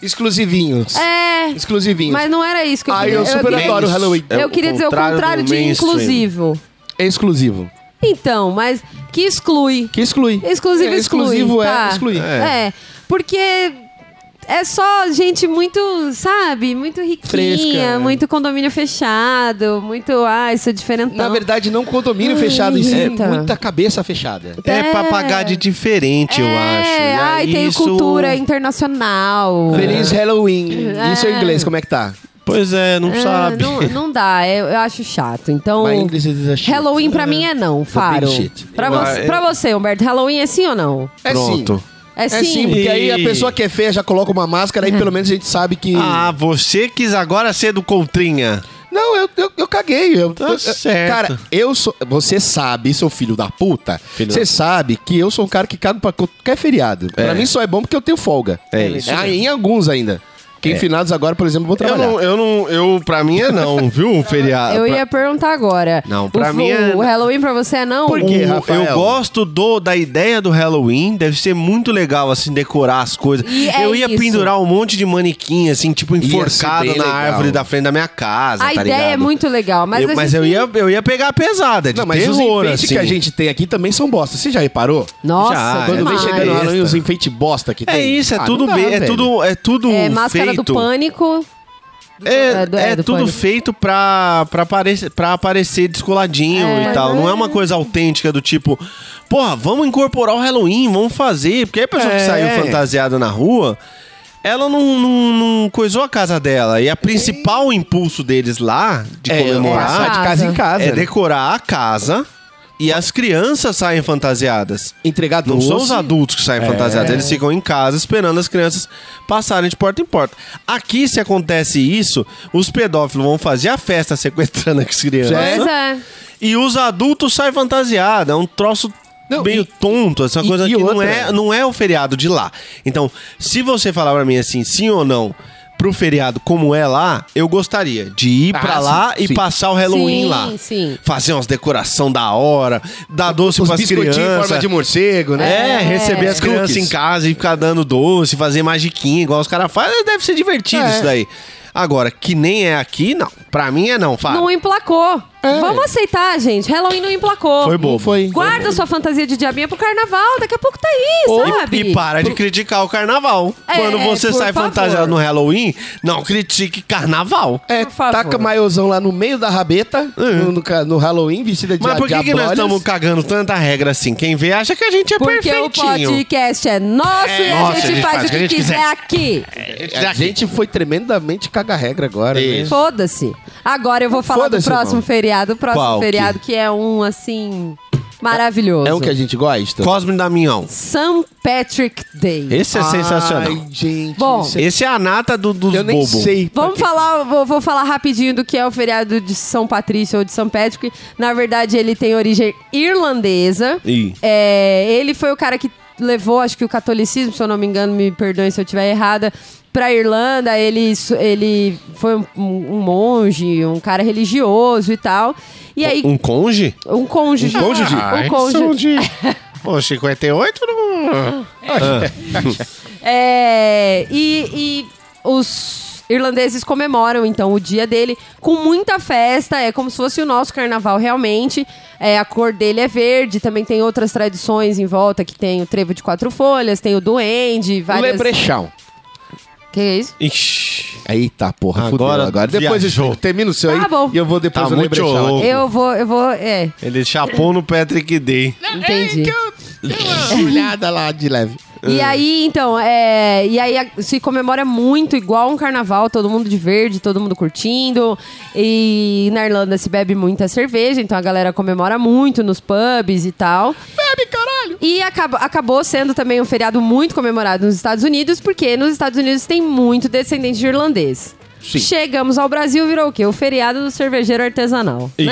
Exclusivinhos.
É.
Exclusivinhos.
Mas não era isso que eu
Ah,
queria.
eu super
queria-
adoro Halloween.
É
Eu
o
queria dizer o
contrário do
contrário de
mainstream.
inclusivo.
É exclusivo.
Então, mas que exclui.
Que exclui.
Exclusivo,
É,
exclui.
Exclusivo
tá?
é excluir.
É. porque é só gente muito, sabe, muito riquinha,
Fresca. é.
muito condomínio fechado, muito, ai, sou diferentão.
Na verdade, não condomínio
Ai,
fechado em si, é
irrita.
muita cabeça fechada.
É,
É.
pra pagar de diferente, eu acho.
É,
E
ai,
aí
tem
isso-
cultura internacional.
Feliz Halloween. Isso é inglês, como é que tá?
Pois é, não
É,
sabe.
Não, não dá, é- eu, acho chato. Então.
Mas em inglês assim. eles acham shit.
Halloween pra mim é não, Faro.
shit.
Pra,
Ah,
você,
é-
pra você, Humberto, Halloween é sim ou não?
É sim.
Pronto.
É,
É sim, porque aí a
E-
pessoa que é feia já coloca uma máscara aí pelo menos a gente sabe que.
Ah, você quis agora ser do Contrinha.
Não, eu, eu, eu caguei. Eu,
Tá
eu-
certo.
Cara, eu sou. Você sabe, seu filho da puta,
Filho
você
da-
sabe que eu sou um cara que cago pra qualquer feriado. Pra mim só é bom porque eu tenho folga.
É isso É.
Ah, em alguns ainda. Quem finados agora, por exemplo, vou
Eu
trabalhar.
não, eu não, eu, pra mim é não, viu, um feriado.
Eu
Pra-
ia perguntar agora.
Não,
o,
pra mim é-
O Halloween pra você é não?
Por quê?
O-
Rafael?
Eu gosto do, da ideia do Halloween, deve ser muito legal, assim, decorar as coisas.
E é
eu ia
isso.
pendurar um monte de manequim, assim, tipo,
ser
enforcado na
bem legal.
arvore da frente da minha casa,
A
tá
ideia
ligado?
é muito legal, mas,
Mas, eu,
a
mas
gente-
eu, ia, eu ia pegar a pesada, de
Não, mas
terror,
os enfeites
assim.
que a gente tem aqui também são bosta. Você já reparou?
Nossa,
Já,
Quando vem
demais.
chegando o
é besta.
Halloween, os enfeites bosta que
É
tem.
isso, é
Ah,
tudo
não dá,
bem, é
velho.
tudo, é tudo
um
É, máscara
feito.
do pânico.
É,
É, do-
é
é do
tudo
pânico.
feito pra, pra, aparecer, pra aparecer descoladinho e tal. Não é uma coisa autêntica do tipo, porra, vamos incorporar o Halloween, vamos fazer. Porque aí a pessoa
É.
que saiu fantasiada na rua, ela não, não, não coisou a casa dela. E a principal impulso deles lá, de
É,
comemorar,
passar de casa em casa. né?
é decorar a casa e as crianças saem fantasiadas.
Entregar
Não
doce. tipo,
são os adultos que
É.
saem fantasiados, eles ficam em casa esperando as crianças passarem de porta em porta. Aqui, se acontece isso, os pedófilos vão fazer a festa sequestrando as
É.
Pois
crianças
é.
e os adultos saem fantasiados. É um troço
Não,
meio
e-
tonto, essa
e-
coisa
e
que não
outra?
é, não é o feriado de lá. Então, se você falar pra mim assim, sim ou não, pro feriado como é lá, eu gostaria de ir
Ah,
pra
sim,
lá e
sim.
passar o Halloween
Sim,
lá.
sim.
Fazer umas decoração da hora, dar doce
Os
pras
biscoitinhos em forma
tipo crianças.
de morcego, né?
É, receber as
Cookies.
crianças em casa e ficar dando doce, fazer magiquinha, igual os caras fazem, deve ser divertido
É.
isso daí. Agora, que nem é aqui, não. Pra mim é não, Fábio.
Não emplacou. Vamos aceitar, gente. Halloween não emplacou.
Foi bobo.
Não É. foi.
Guarda sua fantasia de diabinha pro carnaval, daqui a pouco tá aí, sabe?
E, e para de criticar o carnaval.
É,
Quando você
por
sai
favor.
fantasiado no Halloween, não critique carnaval.
É,
Por favor.
taca maiôzão lá no meio da rabeta, no, no ca- no Halloween, vestida de
É. Mas por que, que nós
diabolhas.
estamos cagando tanta regra assim? Quem vê acha que a gente é
Porque o
perfeitinho.
podcast é nosso
É,
e a
nossa,
gente, faz o que
gente
quiser,
quiser. É
aqui.
A gente foi tremendamente caga-regra agora. né?
Isso.
Foda-se. Agora eu vou falar do
Foda-se,
próximo
irmão.
feriado. O próximo
Qual que-
feriado que é um, assim, maravilhoso.
É um que a gente gosta?
Cosme Damião.
St. Patrick Day.
Esse é sensacional.
Ai, gente.
Bom,
isso é-
Esse é a nata do, dos
eu nem
bobos.
sei. pra
Vamos
que-
falar, eu vou, vou falar rapidinho do que é o feriado de São Patrício ou de São Patrick. Na verdade, ele tem origem irlandesa.
Ih.
É, ele foi o cara que levou, acho que o catolicismo, se eu não me engano, me perdoem se eu estiver errada, pra Irlanda. Ele, su- ele foi um, um monge, um cara religioso e tal. E aí,
Um conge?
um cônjuge. Um cônjuge?
Ai,
Um cônjuge.
que são de- Pô, 58 não...
É, e, e os irlandeses comemoram, então, o dia dele com muita festa. É como se fosse o nosso carnaval, realmente. É, a cor dele é verde. Também tem outras tradições em volta, que tem o trevo de quatro folhas, tem o duende,
O
várias...
Lebrechão.
Que é isso?
Ixi.
Eita, porra,
Agora
fudeu agora. Depois eu
viajou.
explico. termina o seu aí
Tá bom.
e eu vou depois
Tá
do
muito
Lebrechão.
louco.
aqui.
Eu vou, eu vou... É,
Ele chapou no Patrick Day.
entendi.
Olhada lá de leve.
E aí, então, é, e aí a- se comemora muito igual um carnaval, todo mundo de verde, todo mundo curtindo. E na Irlanda se bebe muita cerveja, então a galera comemora muito nos pubs e tal.
Bebe, caralho.
E acaba- acabou sendo também um feriado muito comemorado nos Estados Unidos, porque nos Estados Unidos tem muito descendente de irlandês.
Sim.
Chegamos ao Brasil, virou o quê? O feriado do cervejeiro artesanal. Né?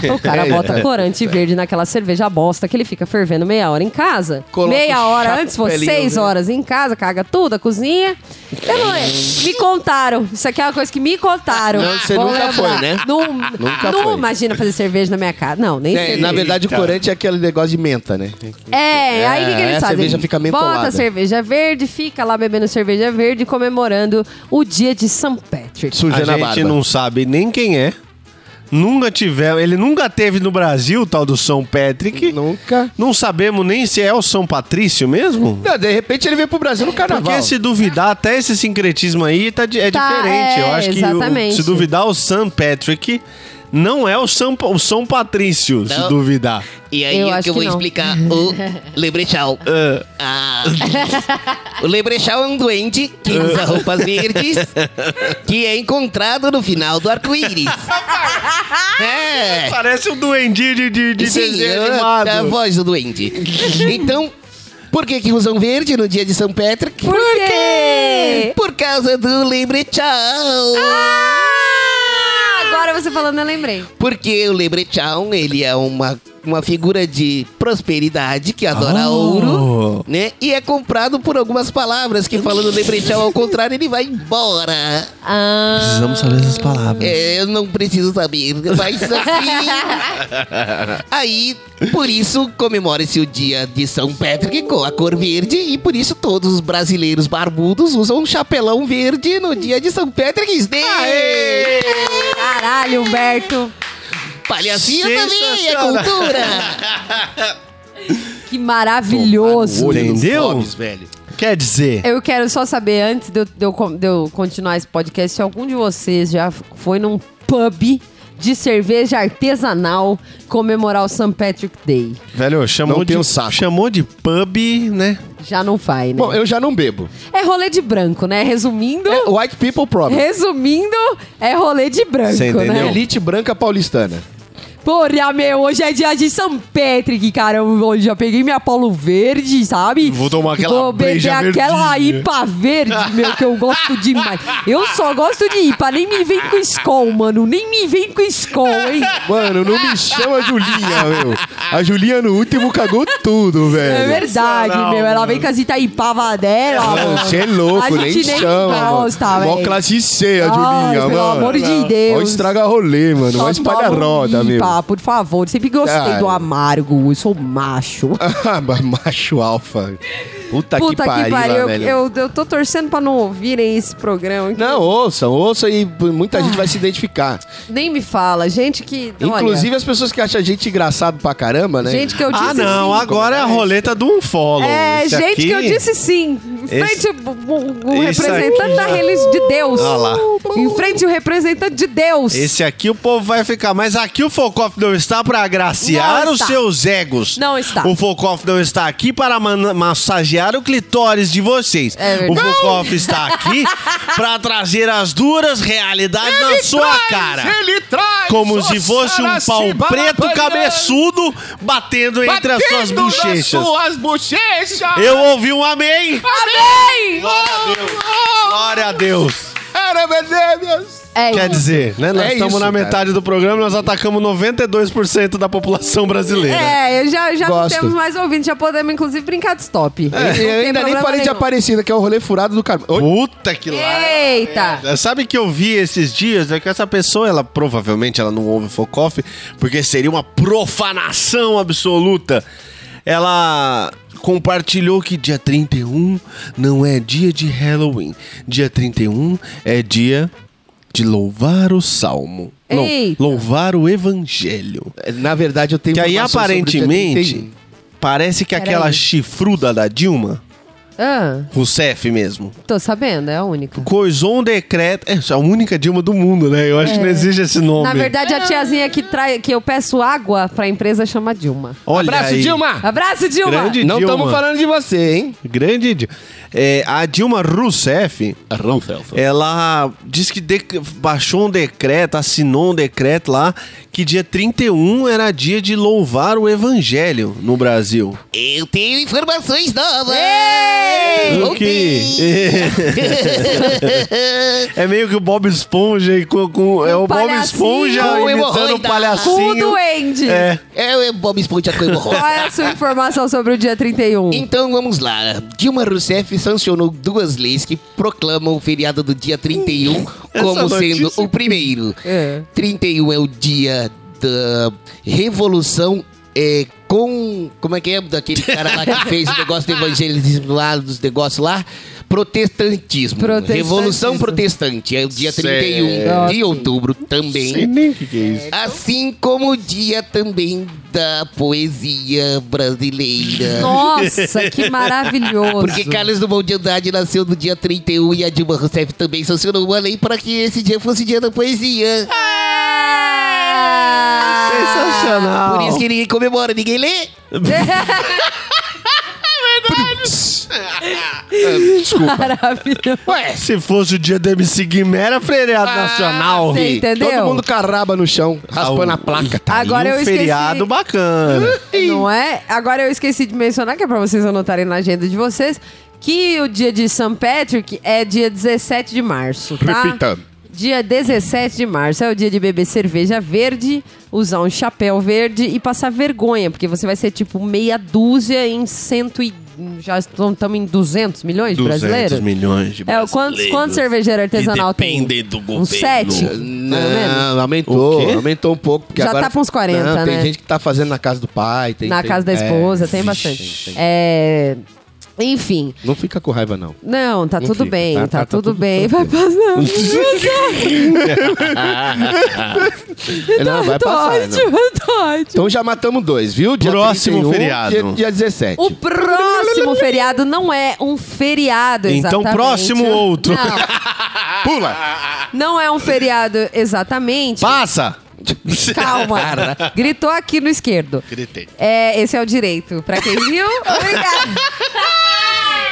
É.
O cara bota corante verde naquela cerveja bosta que ele fica fervendo meia hora em casa.
Coloca
meia
o
hora
chapelinho
antes, foi seis
dele.
horas em casa, caga tudo, a cozinha. Eu não- me contaram. Isso aqui é uma coisa que me contaram.
Não, você
Vou
nunca foi, né?
Não,
Nunca
não
foi.
imagina fazer cerveja na minha casa. Não, nem
É,
sei.
na verdade, o corante é aquele negócio de menta, né?
É, aí o que, que
É,
eles
a
fazem?
cerveja fica mentolada.
Bota a cerveja verde, fica lá bebendo cerveja verde, comemorando o dia de São Patrick.
Suja
a
na
gente
barba.
não é sabe nem quem é. Nunca tiver, ele nunca teve no Brasil o tal do São Patrick.
Nunca.
Não sabemos nem se é o São Patrício mesmo.
Não, de repente ele veio pro Brasil no carnaval.
Porque se duvidar, até esse sincretismo aí tá, di- é
Tá,
diferente.
é,
Eu acho que o-
exatamente.
se duvidar o São Patrick Não é o São, Pa- o São Patrício, se
Não.
duvidar.
E aí
Eu
o
acho
que eu
que
vou
não.
explicar o Lebrechal. Ah. O Lebrechal é um duende que
Ah.
usa roupas verdes, que é encontrado no final do arco-íris. É.
Parece um duendinho de, de, de
Sim,
desenho
a, a
animado.
voz do duende. Então, por que que usam verde no dia de São Patrick?
Por quê?
Por causa do Lebrechal.
Ah, agora você falando, eu lembrei.
Porque o Lebrechal, ele é uma, uma figura de prosperidade que adora
Oh.
ouro, né? E é comprado por algumas palavras que falando Lebrechal ao contrário, ele vai embora.
Ah,
Precisamos saber essas palavras.
É, eu não preciso saber, mas assim... Aí, por isso, comemora-se o dia de São Patrick com a cor verde e por isso todos os brasileiros barbudos usam um chapelão verde no dia de São né? Patrick's Day.
caralho, Humberto.
Palhacinho também é
Sensacional.
cultura!
Que maravilhoso.
Entendeu?
velho.
Quer dizer,
Eu quero só saber, antes de eu, de eu com- de eu continuar esse podcast, se algum de vocês já f- foi num pub de cerveja artesanal comemorar o St. Patrick Day.
velho, chamou
Não
de
tem um saco.
chamou de pub, né?
Já não faz, né?
Bom, eu já não bebo.
É rolê de branco, né? Resumindo,
É White people problem.
né? resumindo, é rolê de branco,
Você entendeu?
né?
Elite branca paulistana.
Porra, meu, hoje é dia de São Patrick, cara. Hoje já peguei minha Paulo Verde, sabe?
Vou tomar aquela
Vou beber
breja
aquela
verdinha.
IPA verde, meu, que eu gosto demais. Eu só gosto de IPA, nem me vem com Skol, mano. Nem me vem com Skol, hein?
Mano, não me chama Julinha, meu. A Julinha no último cagou tudo,
É
velho.
verdade,
Sensacional,
meu. Ela vem
mano.
com as Itaipava dela, mano.
Você é louco,
a
nem
gente nem
chama,
gosta,
mano. Mó
velho.
classe C, a
é. Ai,
Julinha, mano.
pelo amor de
Ó,
Deus.
estraga rolê, mano. Ó,
Só
espalha
toma um
roda, meu.
IPA, por favor. Sempre gostei
Cara.
do amargo. Eu sou macho.
Ah, mas macho alfa. Puta,
Puta
que pariu,
eu-
velho.
Eu, eu tô torcendo pra não ouvirem esse programa. hein?
Não, ouçam, ouçam e muita gente vai se identificar.
Nem me fala. Gente que.
Inclusive
Então, olha,
as pessoas que acham a gente engraçado pra caramba, né?
Gente que eu disse
Ah, não,
sim.
agora é a roleta do unfollow.
É,
Esse
gente
aqui-
que eu disse sim. Em
Esse-
frente o, o- o
Esse
representante
aqui
da
já-
religião de Deus.
Ah lá.
Em frente o representante de Deus.
Esse aqui o povo vai ficar, mas aqui o Focoff não está para agraciar
Não
os
está.
seus egos.
Não está.
O Focoff não está aqui para man- massagear o clitóris de vocês.
É
o
verdade.
Focoff está aqui para trazer as duras realidades na sua cara.
Ele traz
Como se fosse um pau preto cabeçudo batendo entre as suas bochechas.
suas bochechas.
Eu ouvi um amém.
Amém!
Glória a Deus.
Era, meu Deus.
É,
Quer dizer, né? Nós
É
estamos
isso,
na
cara.
metade do programa, nós atacamos 92% da população brasileira.
é, eu já, já não
Gosto.
temos mais ouvintes, já podemos inclusive brincar de
É,
stop. Não
E
tem
É, eu ainda nem
problema
falei de
nenhum.
Aparecida, que é o rolê furado do carmo. Oi?
Puta que lá.
É. Eita!
Sabe que eu vi esses dias é que essa pessoa, ela provavelmente ela não ouve Focoff, porque seria uma profanação absoluta. Ela compartilhou que dia 31 não é dia de Halloween. Dia 31 é dia de louvar o salmo. Não,
Eita.
louvar o evangelho.
Na verdade, eu tenho
Que aí
informação sobre o dia
aparentemente
31.
parece que aquela
Peraí.
chifruda da Dilma,
Ah,
Rousseff mesmo,
tô sabendo, é a única.
coisou um decreto. É, isso é a única Dilma do mundo, né? Eu acho que não existe esse nome.
É. Na verdade, a tiazinha que, trai, que eu peço água pra empresa chama Dilma.
Olha
Abraço,
aí.
Dilma.
Abraço, Dilma!
Grande
Não
Dilma.
estamos falando de você, hein?
Grande Dilma. É, a Dilma Rousseff, ela diz que dec- baixou um decreto, assinou um decreto lá, que dia 31 era dia de louvar o evangelho no Brasil.
Eu tenho informações novas!
O É meio que o Bob Esponja e com, com- é o Bob
palhacinho.
Esponja
Com
imitando o
hemorroida.
Com o
palhacinho.
duende.
É.
É o Bob Esponja com
Qual
hemorroida.
é a sua informação sobre o dia 31?
Então vamos lá. Dilma Rousseff sancionou duas leis que proclamam o feriado do dia 31 como
notícia.
sendo o primeiro.
É.
31 é o dia da revolução é, com. Como é que é? Daquele cara lá que fez o negócio do evangelismo lá, dos negócios lá. Protestantismo.
Protestantismo.
Revolução protestante. É o dia 31 de
Certo.
outubro também.
nem o que, que é isso.
Assim como o dia também da poesia brasileira.
Nossa, que maravilhoso.
É. Porque Carlos Drummond de Andrade nasceu no dia 31 e a Dilma Rousseff também sancionou uma lei para que esse dia fosse dia da poesia.
Ah,
Sensacional.
Por isso que ninguém comemora, ninguém lê.
É Maravilhoso.
Ué,
Se fosse o dia do MC Guimera, feriado
Ah,
nacional.
Você entendeu?
Todo mundo com a raba no chão, raspando a placa.
Tá aí
Agora
um
eu esqueci-
feriado bacana.
Não é? Agora eu esqueci de mencionar, que é pra vocês anotarem na agenda de vocês, que o dia de St. Patrick é dia 17 de março, tá?
Repita.
Dia 17 de março é o dia de beber cerveja verde, usar um chapéu verde e passar vergonha, porque você vai ser tipo meia dúzia em cento e... Já estamos em 200 milhões de
200
brasileiros?
milhões de
É, o quantos, quantos cervejeiros artesanal tem?
Depende do governo.
Uns sete? pelo menos?
Não,
Tá
aumentou,
O quê?
aumentou um pouco. Porque
Já
agora,
tá pra uns 40,
Não, Tem
né?
gente que tá fazendo na casa do pai. Tem,
Na
tem-
casa da
é,
esposa, tem
vixe,
bastante.
tem.
É... Enfim,
Não fica com raiva, não.
Não, tá
Não
tudo
fica,
bem,
tá?
tá,
Tá- tá
tudo
tudo
bem. Vai passar.
não, vai
Então, tô
passar. não.
ótimo, tô ótimo.
Então já matamos dois, viu? Dia
Próximo
31,
feriado.
Dia, dia 17.
O próximo feriado não é um feriado,
Então,
exatamente.
próximo outro.
Não,
Pula!
não é um feriado exatamente.
Passa!
Calma. Gritou aqui no esquerdo.
Gritei.
É, esse é o direito. Pra quem viu, obrigado.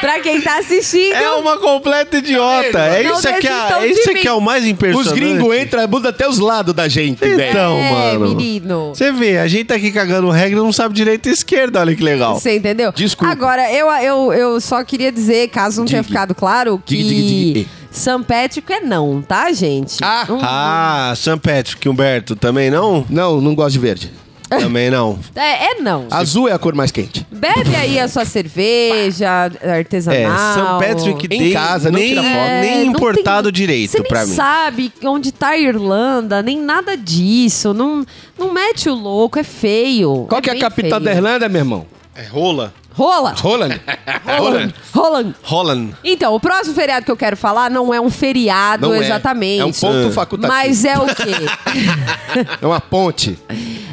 pra quem tá assistindo,
É uma completa idiota. É
Não
isso que
desistam
é,
de
isso
mim.
que é o mais impressionante.
Os gringos entram, muda até os lados da gente, velho.
Então,
É,
mano.
menino.
Você vê, a gente tá aqui cagando regra e não sabe direito e esquerda. Olha que legal.
Você entendeu?
Desculpa.
Agora, eu, eu, eu só queria dizer, caso não tenha
Digue.
ficado claro, que
Digue, digue, digue.
São Patrick é não, tá, gente?
Ah,
Não-
Ah, São Patrick, Humberto, também não?
Não, não gosto de verde.
Também não.
É, é não.
Azul é a cor mais quente.
Bebe aí a sua cerveja artesanal.
É, São Patrick
Em
nem-
casa, não
nem,
tira foto.
É,
nem
não
importado
tem- Você
direito
nem
pra mim.
sabe onde tá a Irlanda, nem nada disso. Não, não mete o louco, é feio.
Qual que é a
bem feio.
capital da Irlanda, meu irmão?
É rola?
Rola!
Holland. É
Roland! Roland!
Roland.
Então, o próximo feriado que eu quero falar não é um feriado
Não é.
exatamente.
É um ponto
Ah.
facultativo.
Mas é o quê?
É uma ponte.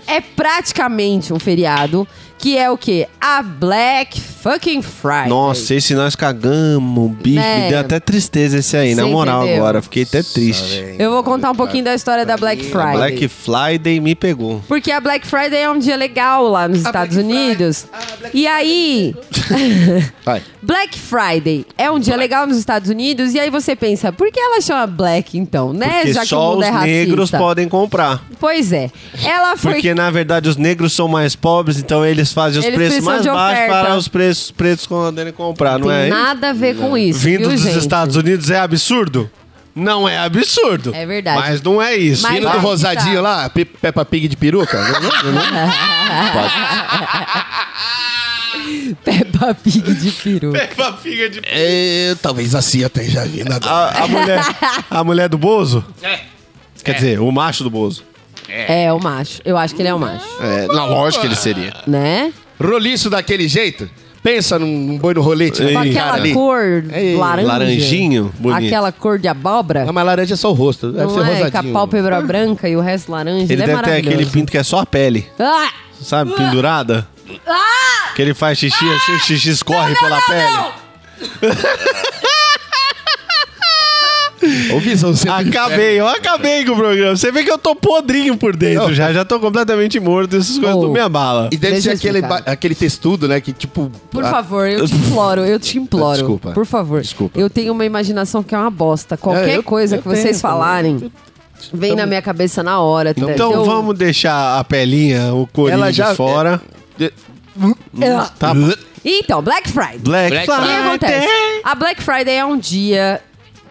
é praticamente um feriado, que é o quê? A Black Fucking Friday.
Nossa, esse nós cagamos, bicho.
É.
Me deu até tristeza esse aí, na
Você
moral
entendeu?
agora. Fiquei
É
até triste.
Eu vou contar um pouquinho da história da Black Friday.
Black Friday me pegou.
Porque a Black Friday é um dia legal lá nos Estados Unidos. E aí,
Vai.
Black Friday é um dia legal nos Estados Unidos. E aí você pensa, por que ela chama Black então, né?
Porque
Já que o
só
mundo
os
é racista.
negros podem comprar.
Pois é. Ela foi
Porque, na verdade, os negros são mais pobres, então eles fazem os
Eles
preços
precisam
mais
de
baixos
oferta.
para os preços pretos poderem comprar, não
tem
é? hein?
nada a ver com isso.
Vindo
viu,
dos
gente?
Estados Unidos é absurdo? Não é absurdo.
É verdade.
Mas não é isso.
Mas-
Menino
Vai.
do Rosadinho lá, Pe- Peppa Pig de peruca. Não, não, não.
Peppa Pig de peru.
Peppa Pig é de-
É, talvez assim eu tenha já vindo agora.
A, a mulher, a mulher do Bozo? É. Quer dizer, o macho do Bozo.
É, o macho. Eu acho que ele é o macho.
É, na lógica ele seria.
Né?
Roliço daquele jeito. Pensa num, num boi no rolete.
Ei.
Com
Sim,
aquela
cara, ali.
cor
Ei,
laranja.
laranjinho, bonito.
Aquela cor de abóbora.
Não, mas laranja é só o rosto. Deve
Não
ser
é? Com a
rosadinho.
pálpebra branca e o resto laranja.
Ele
Ele, é
deve ter
maravilhoso.
aquele pinto que é só a pele,
Ah!
sabe? Pendurada. Que ele faz xixi, assim, o xixi escorre pela pele.
Ô, Visão, você
Acabei, eu acabei com o programa. Você vê que eu tô podrinho por dentro
Não.
já, já tô completamente morto, essas coisas
Oh.
não me abalam.
E deve
Deixa
ser
eu
aquele,
explicar.
ba- aquele textudo, né? Que tipo.
Por
Ah.
a-
favor, eu te imploro, eu te imploro.
Desculpa.
Por favor.
Desculpa.
Eu tenho uma imaginação que é uma bosta. Qualquer
É, eu-
coisa
eu
que vocês
tenho,
falarem, vem na minha cabeça na hora.
Então
entendeu?
vamos deixar a pelinha, o corinho
Ela já-
de fora.
Ah.
Tá bom.
Então, Black Friday.
Black,
Black
O que
Friday.
acontece? A Black Friday é um dia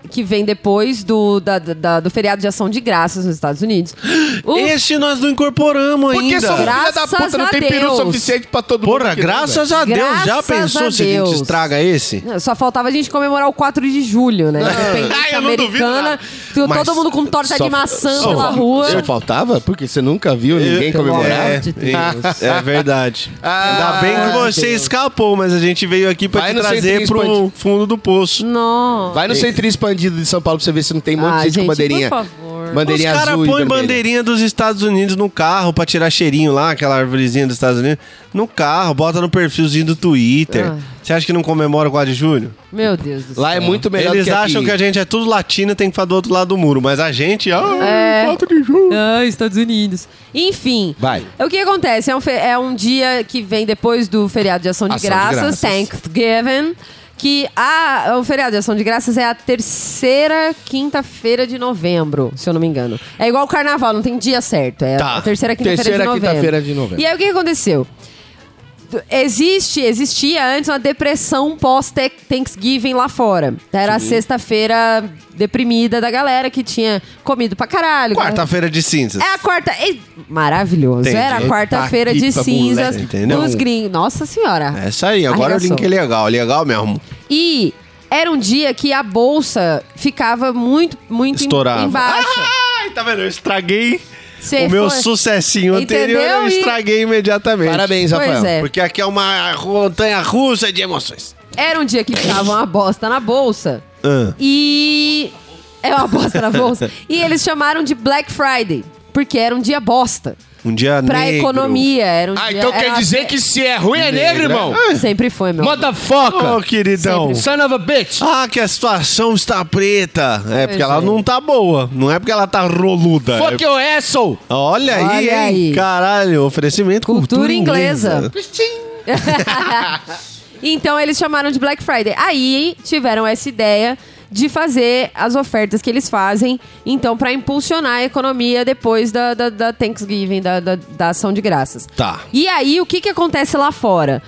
que vem depois do, da- da- do feriado de ação de graças nos Estados Unidos. O-
Este nós não incorporamos
Porque
ainda.
são filha da
Graças
puta,
a
não tem peru
Deus.
suficiente pra todo mundo.
Porra,
aqui, né, não,
graças a Deus.
Graças
já pensou
a
se a
Deus.
gente estraga esse?
Só faltava a gente comemorar o 4 de julho, né? Independência
Ah, eu não duvido
americana.
nada.
Ficou
Mas
todo mundo com torta
só-
de maçã
só-
pela rua.
Só faltava? Porque você nunca viu ninguém
Eu-
comemorar.
É,
de Deus.
é verdade.
Ah,
Ainda bem que você escapou, mas a gente veio aqui pra
Vai
te
no
trazer
centrinho
pro
expandido.
fundo do poço.
Nossa.
É.
Vai no centro expandido de São Paulo pra você ver se não tem um monte
Ah,
de gente,
gente,
com bandeirinha.
por favor. amor.
Os
Bandeirinha
caras
azul. e
põem
vermelha.
bandeirinha dos Estados Unidos no carro pra tirar cheirinho lá, aquela árvorezinha dos Estados Unidos, no carro, bota no perfilzinho do Twitter.
Ah.
Você acha que não comemora o 4 de julho?
Meu Deus do céu.
Lá é muito melhor
Eles
do que
acham
aqui.
que a gente é tudo latino e tem que ficar do outro lado do muro, mas a gente, ó, é... 4 de julho.
Ah, Estados Unidos. Enfim.
Vai.
O que acontece? É um, fe- é um dia que vem depois do feriado de ação de,
Ação de
graças,
Graças.
Thanksgiving. Que a, o feriado de ação de graças é a terceira quinta-feira de novembro, se eu não me engano. É igual o carnaval, não tem dia certo. É
Tá.
a terceira quinta-feira de
Terceira
novembro.
quinta-feira de novembro.
E aí o que aconteceu? Existe, existia antes uma depressão pós-Thanksgiving lá fora. Era a sexta-feira deprimida da galera que tinha comido pra caralho.
Quarta-feira de cinzas.
É a quarta. Ei, maravilhoso.
Entendi. Tá
Era a quarta-feira de
Eita,
cinzas
moleque,
entendeu?
dos gringos. Nossa senhora.
É isso aí, agora
Arregaçou.
o link é legal, legal mesmo.
E era um dia que a bolsa ficava muito, muito em-
Estourava.
embaixo.
Ai, tá vendo? Eu estraguei
Cê
o meu
foi-
sucessinho anterior,
Entendeu?
eu
E-
estraguei imediatamente.
Parabéns,
Pois
Rafael.
é.
Porque aqui é uma montanha russa de emoções.
Era um dia que ficava uma bosta na bolsa.
Ah.
E. É uma bosta na bolsa. E eles chamaram de Black Friday. Porque era um dia bosta.
Um dia
Pra
negro.
economia, era um
Ah,
dia.
então quer
era uma-
dizer que se é ruim é negro, irmão?
Sempre foi, meu.
Ô,
Motherfucker!
queridão.
Son of a bitch!
Ah, que a situação está preta. É porque ela
é.
não tá boa. Não é porque ela tá roluda.
Fuck
É-
your asshole!
Olha, aí,
Olha
hein?
aí.
Caralho, oferecimento cultura,
Cultura
inglesa.
inglesa. então eles chamaram de Black Friday. Aí tiveram essa ideia de fazer as ofertas que eles fazem, então, para impulsionar a economia depois da, da, da Thanksgiving, da, da, da ação de graças.
Tá.
E aí, o que, que acontece lá fora?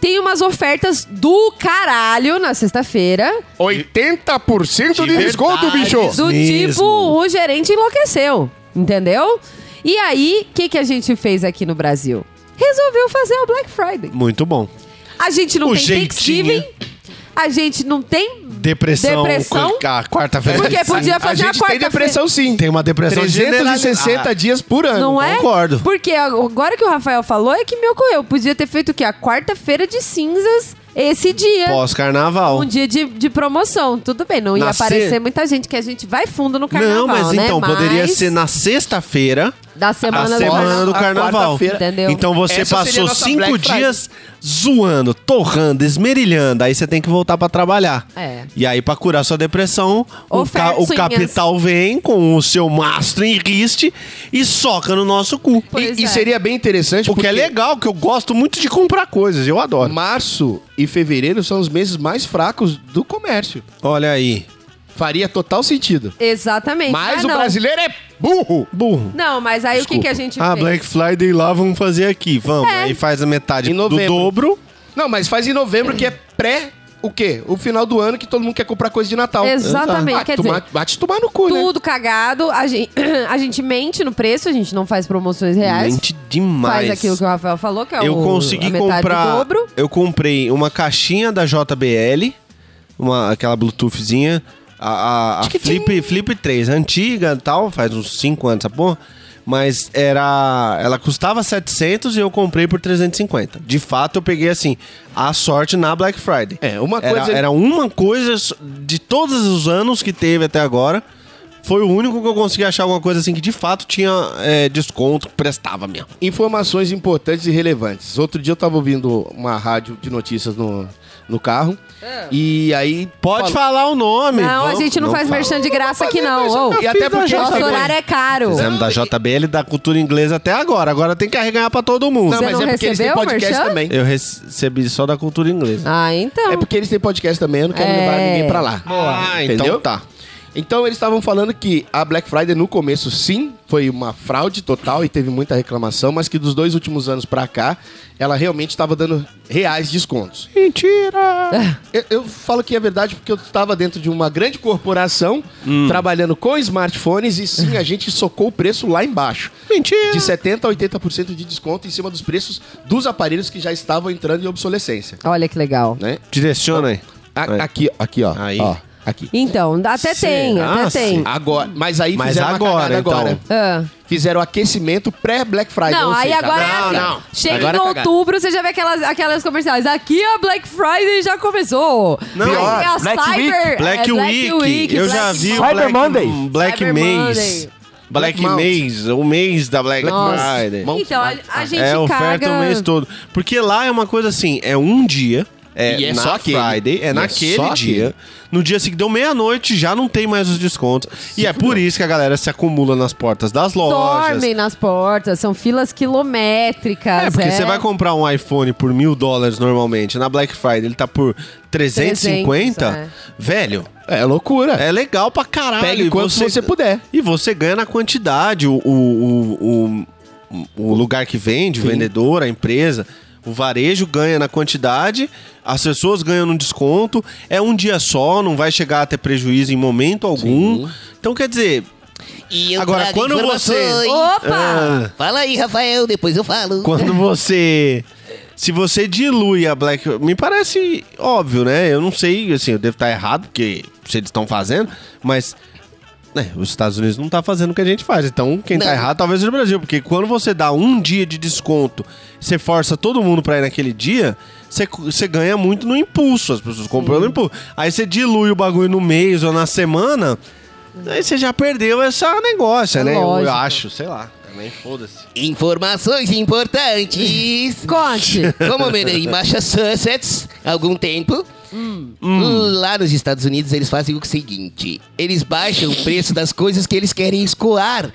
Tem umas ofertas do caralho na sexta-feira,
80% de,
De
desconto, bicho!
do
Mesmo.
tipo, o gerente enlouqueceu, entendeu? E aí, o que, que a gente fez aqui no Brasil? Resolveu fazer o Black Friday.
Muito bom.
A gente não
O
tem
jeitinho.
Thanksgiving. A gente não tem.
Depressão.
Depressão?
qu- ah, Quarta-feira.
Porque podia
A
fazer a,
gente tem
quarta-feira.
depressão sim.
Tem uma depressão
360
generalizada.
dias por ano.
Não é?
Concordo.
Porque agora que o Rafael falou é que me ocorreu. Podia ter feito o quê? A quarta-feira de cinzas esse dia.
Pós-carnaval.
Um É. dia de, de promoção. Tudo bem, não ia
Na
aparecer
se-
muita gente, que a gente vai fundo no carnaval,
Não, mas
né?
então, poderia
Mas
ser na sexta-feira,
Da
a
semana,
semana do
a
carnaval.
quarta-feira.
Entendeu?
Então você
Essa seria
passou
a nossa
cinco
Black Friday.
dias zoando, torrando, esmerilhando. Aí você tem que voltar pra trabalhar.
É.
E aí, pra curar sua depressão, o, ca- o
Ofertinhas.
capital vem com o seu mastro em riste e soca no nosso cu.
Pois
E, e
é.
seria bem interessante
Porque
porque,
é legal, que eu gosto muito de comprar coisas, eu adoro.
março e fevereiro são os meses mais fracos do comércio.
Hum.
Olha aí.
Faria total sentido.
Exatamente.
Mas
Ah,
o
não.
brasileiro é burro.
Burro.
Não, mas aí o que, que a gente
Ah,
fez? É.
Black Friday lá, vamos fazer aqui, vamos. Aí faz a metade
Em
do
novembro.
dobro.
Não, mas faz em novembro que é pré o quê? O final do ano que todo mundo quer comprar coisa de Natal.
Exatamente,
Ah,
quer
tomar-
dizer-
Bate tomar no cu, né?
Tudo cagado. A gente, a gente mente no preço, a gente não faz promoções reais.
Mente demais.
É. Faz aquilo que o Rafael falou, que é
eu
o, a
consegui
metade do
comprar.
dobro.
Eu comprei uma caixinha da JBL, uma, aquela Bluetoothzinha, a, a- a Flip, Flip 3, antiga e tal, faz uns 5 anos essa porra. Mas era. Ela custava 700 e eu comprei por 350. De fato, eu peguei assim, a sorte na Black Friday.
É, uma
Era-
coisa-
Era uma coisa s- de todos os anos que teve até agora. Foi o único que eu consegui achar alguma coisa assim que de fato tinha é, desconto, que prestava mesmo.
Informações importantes e relevantes. Outro dia eu tava ouvindo uma rádio de notícias no, no carro. E aí.
Pode falar o nome.
Não, a
vamos.
gente não, faz
fala.
merchan de graça aqui, não. Ô,
E até porque.
nosso horário é caro.
Fizemos da JBL e da cultura inglesa até agora. Agora tem que arreganhar pra todo mundo.
Não,
Você
mas
não
é porque eles têm
recebeu o
podcast
merchan?
também.
Eu recebi só da cultura inglesa.
Ah, então.
É porque eles têm podcast também, eu não quero
É.
levar ninguém pra lá.
Ah, então tá.
Então eles estavam falando que a Black Friday no começo sim foi uma fraude total e teve muita reclamação, mas que dos dois últimos anos pra cá ela realmente estava dando reais descontos. Mentira! Eu, eu falo que é verdade porque eu estava dentro de uma grande corporação trabalhando com smartphones e sim a gente socou o preço lá embaixo.
Mentira.
De 70% a 80% de desconto em cima dos preços dos aparelhos que já estavam entrando em obsolescência.
Olha que legal.
Né?
Direciona aí.
A- aqui, aqui, ó.
Aí.
ó. aqui.
Então, até tem,
Será, Ah,
até tem.
sim?
Agora, mas aí
Mas
fizeram
agora,
uma cagada
então.
agora.
Ah.
Fizeram aquecimento pré-Black Friday.
Não,
ou
aí
seja,
tá
agora é
não,
assim.
não.
Chega
Agora
em
é cagada.
outubro, você já vê aquelas, aquelas comerciais. Aqui a Black Friday já começou.
Não,
Aí
pior,
é a
Black
Cyber,
Black,
é
Week, eu já vi o
Cyber
Black
Monday.
Black
Cyber
Mês.
Monday.
Black,
Black Month.
Mês, o mês da Black
Nossa.
Friday.
Mão-
Então, a, a gente
é oferta
caga...
o mês todo. Porque lá é uma coisa assim, é um dia. É,
E é
na
só aquele.
Friday, é
E é
naquele
só aquele.
dia. No dia seguinte, deu meia-noite, já não tem mais os descontos. e é por isso que a galera se acumula nas portas das lojas.
Dormem nas portas, são filas quilométricas.
É, porque você vai comprar um iPhone por mil dólares normalmente. Na Black Friday ele tá por 350.
300, é.
Velho,
É loucura.
é legal pra caralho.
Pega
E
enquanto você... puder.
E você ganha na quantidade. O, o, o, o- o lugar que vende, o vendedor, a empresa. O varejo ganha na quantidade, as pessoas ganham no desconto. É um dia só, não vai chegar a ter prejuízo em momento algum. Então, quer dizer,
E eu
Agora,
trago
quando você-
informações.
Opa!
ah,
Fala aí, Rafael, depois eu falo.
quando você. Se você dilui a Black. Me parece óbvio, né? Eu não sei, assim, eu devo estar errado, porque se eles estão fazendo, mas. né, os Estados Unidos não tá fazendo o que a gente faz. Então, quem tá
Não.
errado talvez seja o Brasil. Porque quando você dá um dia de desconto, você força todo mundo pra ir naquele dia, você, cu- você ganha muito no impulso. As pessoas compram no impulso. Aí você dilui o bagulho no mês ou na semana, aí você já perdeu essa negócio, né? Eu, eu
Lógico.
acho, sei lá. Também foda-se.
Informações importantes.
Conte.
Como morei em Massachusetts há algum tempo, Hum. lá nos Estados Unidos eles fazem o seguinte: eles baixam o preço das coisas que eles querem escoar,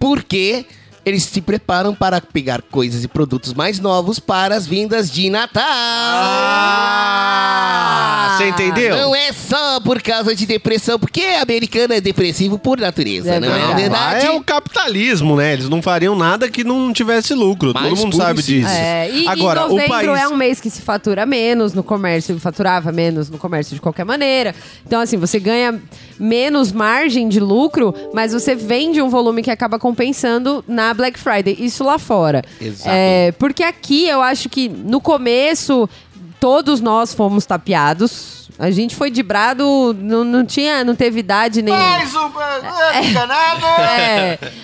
porque eles se preparam para pegar coisas e produtos mais novos para as vindas de Natal.
Ah, você entendeu?
Não é só por causa de depressão, porque americano é depressivo por natureza,
É
não é
verdade.
verdade?
é o capitalismo, né? Eles não fariam nada que não tivesse lucro.
Mais
Todo mundo
puro
sabe
e simples.
disso.
É, e em
Agora,
novembro
o país.
é um mês que se fatura menos no comércio, faturava menos no comércio de qualquer maneira. Então, assim, você ganha menos margem de lucro, mas você vende um volume que acaba compensando na Black Friday. Isso lá fora.
Exato.
É, porque aqui eu acho que no começo todos nós fomos tapeados. A gente foi dibrado, não, não tinha, não teve idade nem. É,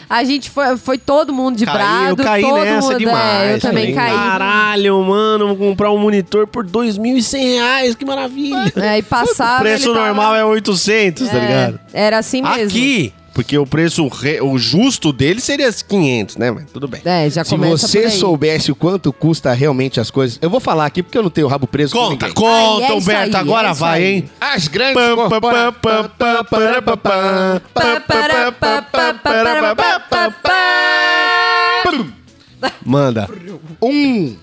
a gente foi, foi todo mundo de
Caí, eu
brado,
caí
todo
nessa
mundo,
demais.
é, eu também
Falei,
caí.
Caralho, mano, vou comprar um monitor por 2.100 reais, que maravilha.
É, e passava.
o preço
ele tava-
normal é 800, tá ligado?
Era assim mesmo.
Aqui, porque o preço re- o justo dele seria 500, né? Mas tudo bem.
É, já
Se
começa por
você
aí.
soubesse o quanto custa realmente as coisas... Eu vou falar aqui porque eu não tenho rabo preso com
Conta,
ninguém.
conta,
Aí é isso
Humberto,
aí,
agora
é isso
vai,
aí.
hein?
As grandes
Pam, pam,
corpora-
pam, pam, pam, pam, pam, pam.
Pá, pará, pá, pá, pará, pá, pá, pá.
Manda.
Um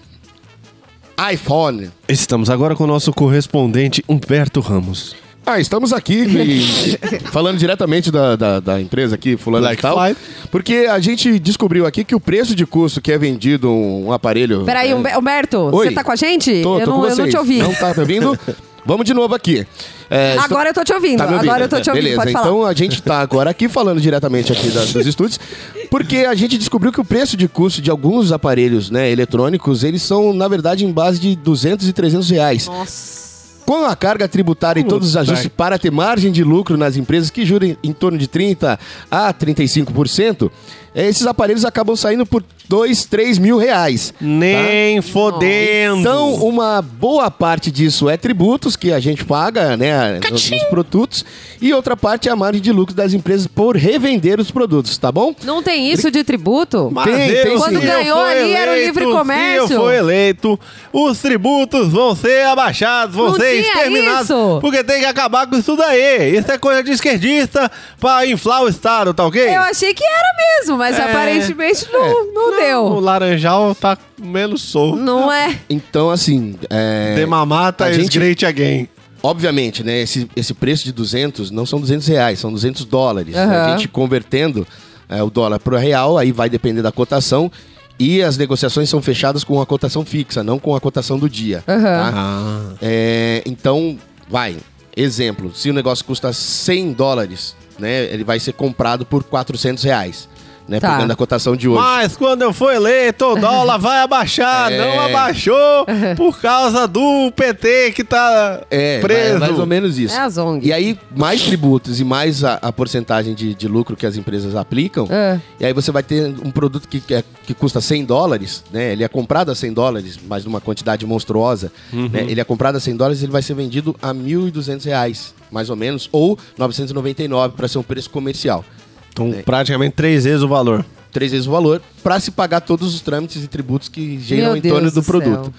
iPhone.
Estamos agora com o nosso correspondente Humberto Ramos.
Ah, estamos aqui e- falando diretamente da, da, da empresa aqui, fulano
Black
e tal.
Friday.
Porque a gente descobriu aqui que o preço de custo que é vendido um aparelho...
Peraí, Humbe- Humberto,
Oi.
você tá com a gente?
Tô,
eu,
tô
não,
com
eu
vocês.
não te ouvi.
Não tá me ouvindo? Vamos de novo aqui. É, estou-
Agora eu tô te ouvindo.
Tá me
agora eu tô te ouvindo.
Beleza,
pode falar.
então a gente tá agora aqui falando diretamente aqui da- dos estúdios, porque a gente descobriu que o preço de custo de alguns aparelhos né, eletrônicos, eles são, na verdade, em base de 200 e 300 reais.
Nossa.
Com a carga tributária e todos os ajustes para ter margem de lucro nas empresas que jurem em torno de 30% a 35%, eh, esses aparelhos acabam saindo por 2, 3 mil reais.
Nem fodendo.
Então, uma boa parte disso é tributos que a gente paga, né, nos, nos produtos, e outra parte é a margem de lucro das empresas por revender os produtos, tá bom?
Não tem isso de tributo?
Mas
tem,
Deus,
tem
se
sim.
eu
Quando ganhou
for
ali, era o livre
eleito, Se
comércio.
eu for eleito, os tributos vão ser abaixados, vão
Não
ser
tinha
exterminados.
isso.
Porque tem que acabar com isso daí. Isso é coisa de esquerdista pra inflar o Estado, tá ok?
Eu achei que era mesmo, mas
É.
aparentemente não, não,
O
É.
deu.
laranjal tá menos solto.
Não é.
Então, assim, é,
De mamata
A
is
gente-
great again.
obviamente, né, esse, esse preço de 200 não são 200 reais, são 200 dólares.
Aham.
A gente convertendo é, o dólar para o real, aí vai depender da cotação, e as negociações são fechadas com a cotação fixa, não com a cotação do dia.
Aham.
tá? É, então, vai. Exemplo, se o negócio custa 100 dólares, né? Ele vai ser comprado por 400 reais. né?
Tá.
Pegando a cotação de hoje.
Mas quando eu for eleito, o dólar vai
É.
abaixar. Não abaixou por causa do PT que tá
é,
preso.
mais ou menos isso.
É a Zong.
E aí, mais tributos e mais a, a porcentagem de, de lucro que as empresas aplicam,
É.
e aí você vai ter um produto que, que, é- que custa 100 dólares, né? Ele é comprado a 100 dólares, mas numa quantidade monstruosa. né? Ele é comprado a 100 dólares ele vai ser vendido a 1.200 reais, mais ou menos, ou 999 para ser um preço comercial.
Então, praticamente três vezes o valor.
Três vezes o valor, para se pagar todos os trâmites e tributos que
Meu
geram em
Deus
torno do,
do
produto.
céu.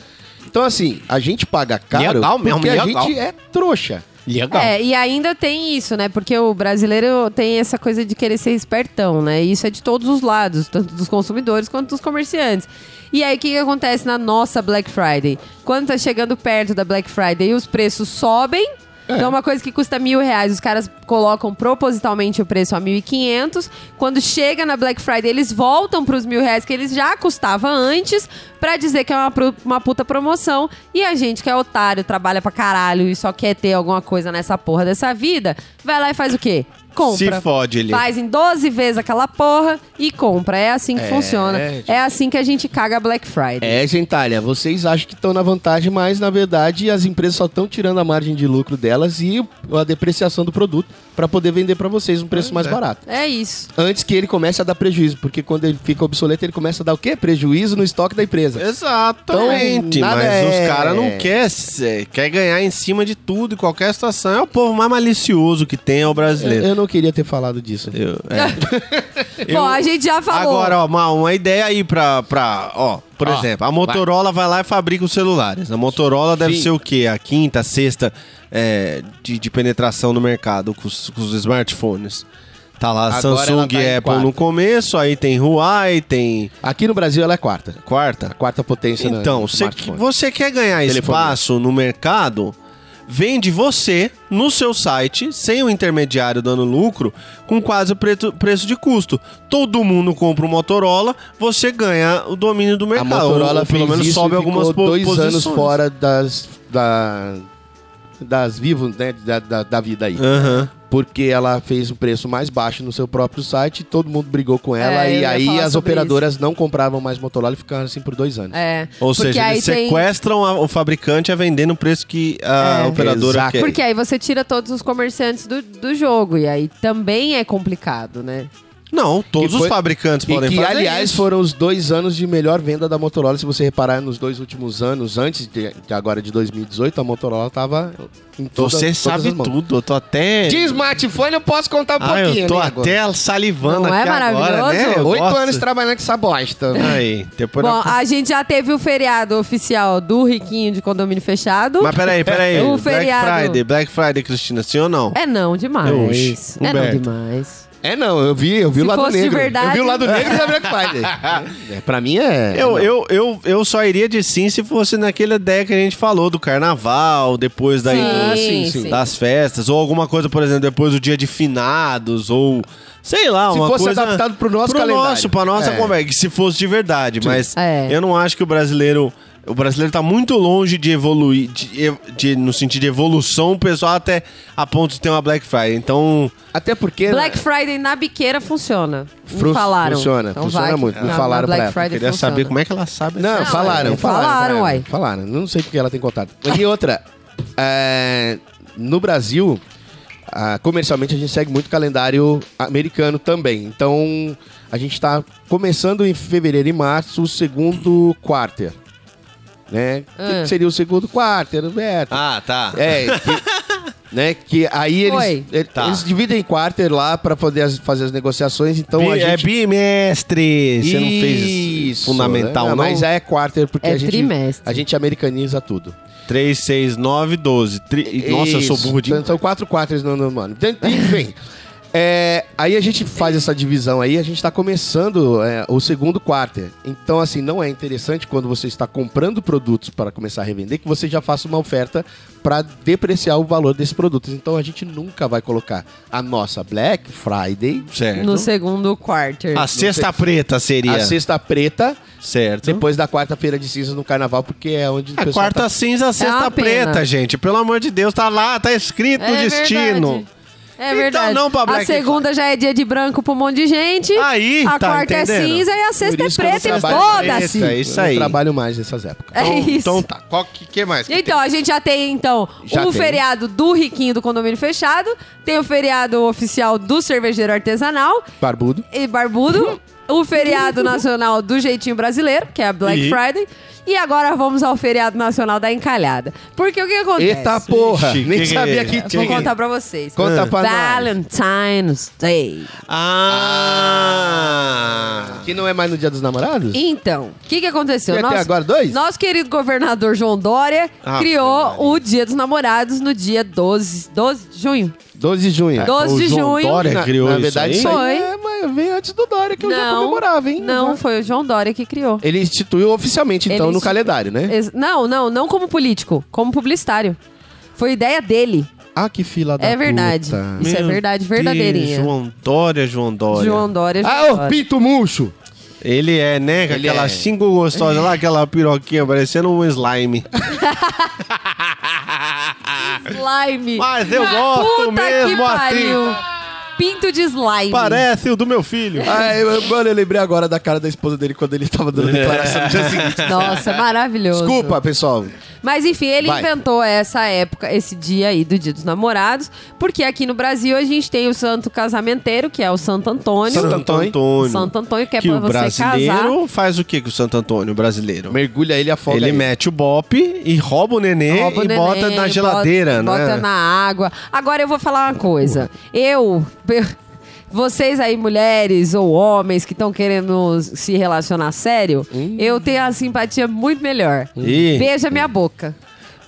Então, assim, a gente paga caro
Legal mesmo,
porque a
legal.
gente é trouxa.
Legal.
É, e ainda tem isso, né? Porque o brasileiro tem essa coisa de querer ser espertão, né? E isso é de todos os lados, tanto dos consumidores quanto dos comerciantes. E aí, o que, que acontece na nossa Black Friday? Quando tá chegando perto da Black Friday e os preços sobem. Então, uma coisa que custa mil reais, os caras colocam propositalmente o preço a 1.500. Quando chega na Black Friday, eles voltam pros mil reais que eles já custava antes pra dizer que é uma, pro- uma puta promoção. E a gente que é otário, trabalha pra caralho e só quer ter alguma coisa nessa porra dessa vida, vai lá e faz o quê? Compra.
Se fode ele.
Faz em 12 vezes aquela porra e compra. É assim que funciona. É assim que a gente caga a Black Friday.
É, gentalha, vocês acham que estão na vantagem, mas na verdade as empresas só estão tirando a margem de lucro delas e a depreciação do produto para poder vender para vocês um preço mais barato.
É isso.
Antes que ele comece a dar prejuízo, porque quando ele fica obsoleto, ele começa a dar o quê? Prejuízo no estoque da empresa.
Exatamente,
Então, nada
mas
é-
os caras não querem quer ganhar em cima de tudo, em qualquer situação. É o povo mais malicioso que tem, é o brasileiro.
Eu não queria ter falado disso.
Eu- é. Eu-
Bom, a gente já falou.
Agora, ó, uma, uma ideia aí pra. pra ó, por exemplo, a Motorola vai. lá e fabrica os celulares. A Motorola deve ser o quê? A quinta, sexta é, de, de penetração no mercado com os, com os smartphones. Tá lá
Agora ela
Samsung
tá
e
em
Apple
quarta.
no começo, aí tem Huawei, tem
Aqui no Brasil ela é a quarta.
quarta.
A quarta potência na-
Então,
no
você, que-
né, smartphone.
você quer ganhar
Telefonia.
espaço no mercado, vende você no seu site, sem o intermediário dando lucro, com quase o preto- preço de custo. Todo mundo compra o Motorola, você ganha o domínio do
A
mercado.
Motorola
ou pelo
fez
menos
isso
sobe
e
algumas
ficou
po-
dois
posições.
anos fora das... Da, das vivos, né? Da, da, da vida aí.
Aham.
porque ela fez o preço mais baixo no seu próprio site, todo mundo brigou com ela
É, eu
e
ia
aí
falar
as
sobre
operadoras não compravam mais Motorola e ficaram assim por dois anos.
É.
Ou
Porque
seja,
aí
eles
tem-
sequestram a- o fabricante a vender no preço que a
É.
operadora
Exato.
quer.
Porque aí você tira todos os comerciantes do, do jogo. E aí também é complicado, né?
Não, todos
Que
os
foi-
fabricantes
E
podem
que,
fazer
aliás,
isso.
foram os dois anos de melhor venda da Motorola. Se você reparar nos dois últimos anos, antes de, de agora de 2018, a Motorola estava em toda,
Você
todas
sabe
as mãos.
tudo, eu tô até...
De smartphone eu posso contar um
Ah,
pouquinho,
eu tô
né, agora.
até salivando
Não é
aqui agora, né?
maravilhoso?
Eu
Oito
gosto.
anos trabalhando com essa bosta. né?
Aí, depois...
Bom,
da-
a gente já teve o feriado oficial do Riquinho de condomínio fechado.
Mas peraí, peraí.
O
Black
feriado.
Friday, Black Friday, Cristina, sim ou não?
É não demais.
Oxi,
É não
Humberto.
demais.
É, não, eu vi, eu vi
Se
o lado
fosse de
negro.
verdade-
Eu vi o lado negro da Black Friday. É, pra mim é...
Eu, eu, eu, eu só iria de sim se fosse naquela ideia que a gente falou do carnaval, depois daí
Sim, Ah, sim, sim.
das festas, ou alguma coisa, por exemplo, depois do dia de finados, ou sei lá,
Se
uma
fosse
coisa...
adaptado pro nosso
pro
calendário.
nosso, pra nossa
É.
conversa, que se fosse de verdade, mas
É.
eu não acho que o brasileiro... O brasileiro tá muito longe de evoluir, de, ev- de- no sentido de evolução, o pessoal até a ponto de ter uma Black Friday. Então,
Até porque...
Black Friday na biqueira funciona.
Fru-
Não falaram.
funciona,
Então
funciona
vai que
muito. Não
na- na
falaram pra
Black
ela.
Friday
eu queria
funciona.
saber como é que ela sabe
Não,
Não,
falaram,
é,
falaram. pra ela,
uai.
Falaram. Não sei porque ela tem contato. E outra, é, no Brasil, ah, comercialmente a gente segue muito calendário americano também. Então, a gente está começando em fevereiro e março o segundo quarter. Né?
Ah.
Que seria o segundo quarter, né?
Ah, tá.
É, que, né? Que aí eles,
Oi.
eles
Tá.
dividem quarter lá para poder as- fazer as negociações. Então a
Bi-
gente
É bimestre. Você não fez
Isso,
fundamental,
né?
não?
Mas é quarter, porque
É
a, gente,
trimestre.
a gente americaniza tudo.
3, 6, 9, 12. Tri- Nossa, eu sou
Isso.
burro de...
Então, São quatro quarters no, no ano. Então, Enfim. é, aí a gente faz essa divisão aí, a gente está começando é, o segundo quarter. Então, assim, não é interessante quando você está comprando produtos para começar a revender que você já faça uma oferta para depreciar o valor desses produtos. Então, a gente nunca vai colocar a nossa Black Friday,
Certo.
No segundo quarter. É
A sexta preta seria.
a sexta preta,
Certo.
depois da quarta-feira de cinzas no carnaval, porque é onde o
A
pessoal
quarta cinza, a sexta
É uma pena.
preta, gente. Pelo amor de Deus, tá lá, tá escrito no
É
destino.
verdade. É verdade.
Então não pra Black
a segunda já é dia de branco pra um monte de gente.
Aí,
a
tá
quarta é
entendendo?
cinza e a sexta é preta e foda-se.
É isso aí.
Eu não trabalho mais nessas épocas.
É
Então-
isso.
Então tá. Qual que, que mais? que
Então, a gente já tem, então,
Já
o
tem.
feriado do riquinho do condomínio fechado, tem o feriado oficial do cervejeiro artesanal
Barbudo.
e barbudo, o
Uhum.
feriado nacional do jeitinho brasileiro, que é a Black
E-
Friday, e agora vamos ao feriado nacional da encalhada. Porque o que acontece?
Eita porra!
Ixi,
nem
que que
sabia
é?
que
Vou
tinha.
contar pra vocês.
Conta pra nós.
Valentine's Day.
Ah!
Que não é mais no Dia dos Namorados?
Então, o que, que aconteceu?
Tem até agora dois?
Nosso querido governador João Dória
Ah,
criou o Dia dos Namorados no dia 12, 12 de junho.
12 de junho.
12 de junho.
Dória
na,
criou
na
isso
verdade,
aí?
isso aí
Foi.
é, mas vem antes do Dória, que eu já comemorava, hein?
Não, foi o João Dória que criou.
Ele instituiu oficialmente, então,
Ele
no
institu- É-
calendário, né?
Ex- Não, não, não como político, como publicitário. Foi ideia dele.
Ah, que fila da
é verdade.
puta.
Isso é
Meu
verdade,
Deus,
verdadeirinha.
João Dória, João Dória.
João Dória. João
Ah, ô,
Dória.
Pito Murcho!
Ele é, né? Com
Ele
aquela
é.
xingo gostosa lá, aquela piroquinha parecendo um slime.
Slime.
Mas eu
Ah,
gosto
Puta
mesmo,
que
atriz.
pariu. Pinto de slime.
Parece o do meu filho.
Ah, eu, mano, eu lembrei agora da cara da esposa dele quando ele tava dando declaração assim. no dia seguinte.
Nossa, maravilhoso.
Desculpa, pessoal.
Mas enfim, ele
Vai.
inventou essa época, esse dia aí do Dia dos Namorados, porque aqui no Brasil a gente tem o santo casamenteiro, que é o Santo Antônio.
Santo Antônio.
Santo Antônio, que é
que
pra
o
você
brasileiro
casar.
faz o que com o Santo Antônio brasileiro?
Mergulha ele afoga
ele
ele.
mete o bope e rouba o nenê
Rouba o
e
neném,
bota na
bota-
geladeira, né?
bota, na água. Agora eu vou falar uma coisa. Eu. Vocês aí, mulheres ou homens que estão querendo se relacionar sério, eu tenho a simpatia muito melhor.
Ih.
Beija minha boca.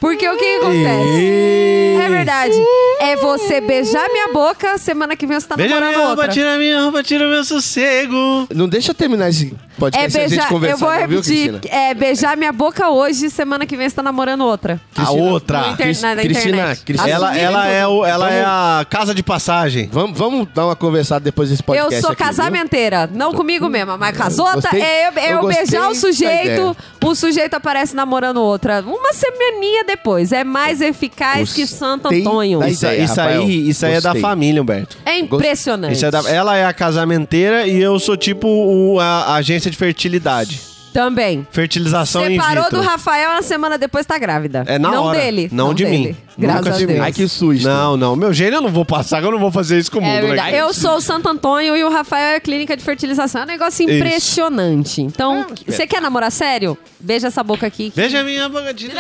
Porque o que acontece?
Ih.
É verdade. É você beijar minha boca, semana que vem você tá
Beija
namorando
minha roupa,
outra.
tira minha roupa, tira meu sossego.
Não deixa eu terminar esse
É
podcast e a gente
beijar, eu vou
conversando, viu,
repetir.
Cristina?
é beijar minha boca hoje, semana que vem você tá namorando outra.
A outra.
No inter- na- na
Cristina,
internet.
Cristina,
Ela,
Assumir
ela,
tudo.
é o, ela é a casa de passagem.
Vamos, vamos dar uma conversada depois desse
Eu
podcast
sou
aqui, viu?
casamenteira, não comigo mesma, mas casota
gostei-
é eu, é
eu
eu
gostei
beijar o
da
sujeito,
ideia.
o sujeito aparece namorando outra. Uma semaninha depois. É mais eficaz
Gostei
que Santo Antônio.
da
Isso,
ideia,
isso
Rafael.
aí, isso aí é da
Gostei.
família, Humberto.
É impressionante.
Isso é da- ela é a casamenteira e eu sou tipo o- a, a agência de fertilidade.
Também.
Fertilização in
Separou
vitro.
do Rafael, na semana depois tá grávida.
É na
não
hora.
dele.
Não de
dele.
mim.
Graças
Nunca
a
de mim.
Deus.
Ai, que susto.
Não, não. Meu gênio eu não vou passar, eu não vou fazer isso com o mundo.
É
né?
verdade. Eu sou o Santo Antônio e o Rafael é a clínica de fertilização. É um negócio
Isso.
impressionante.
Ah,
Então, você quer namorar sério? Beija essa boca aqui.
Veja a minha bagadinha.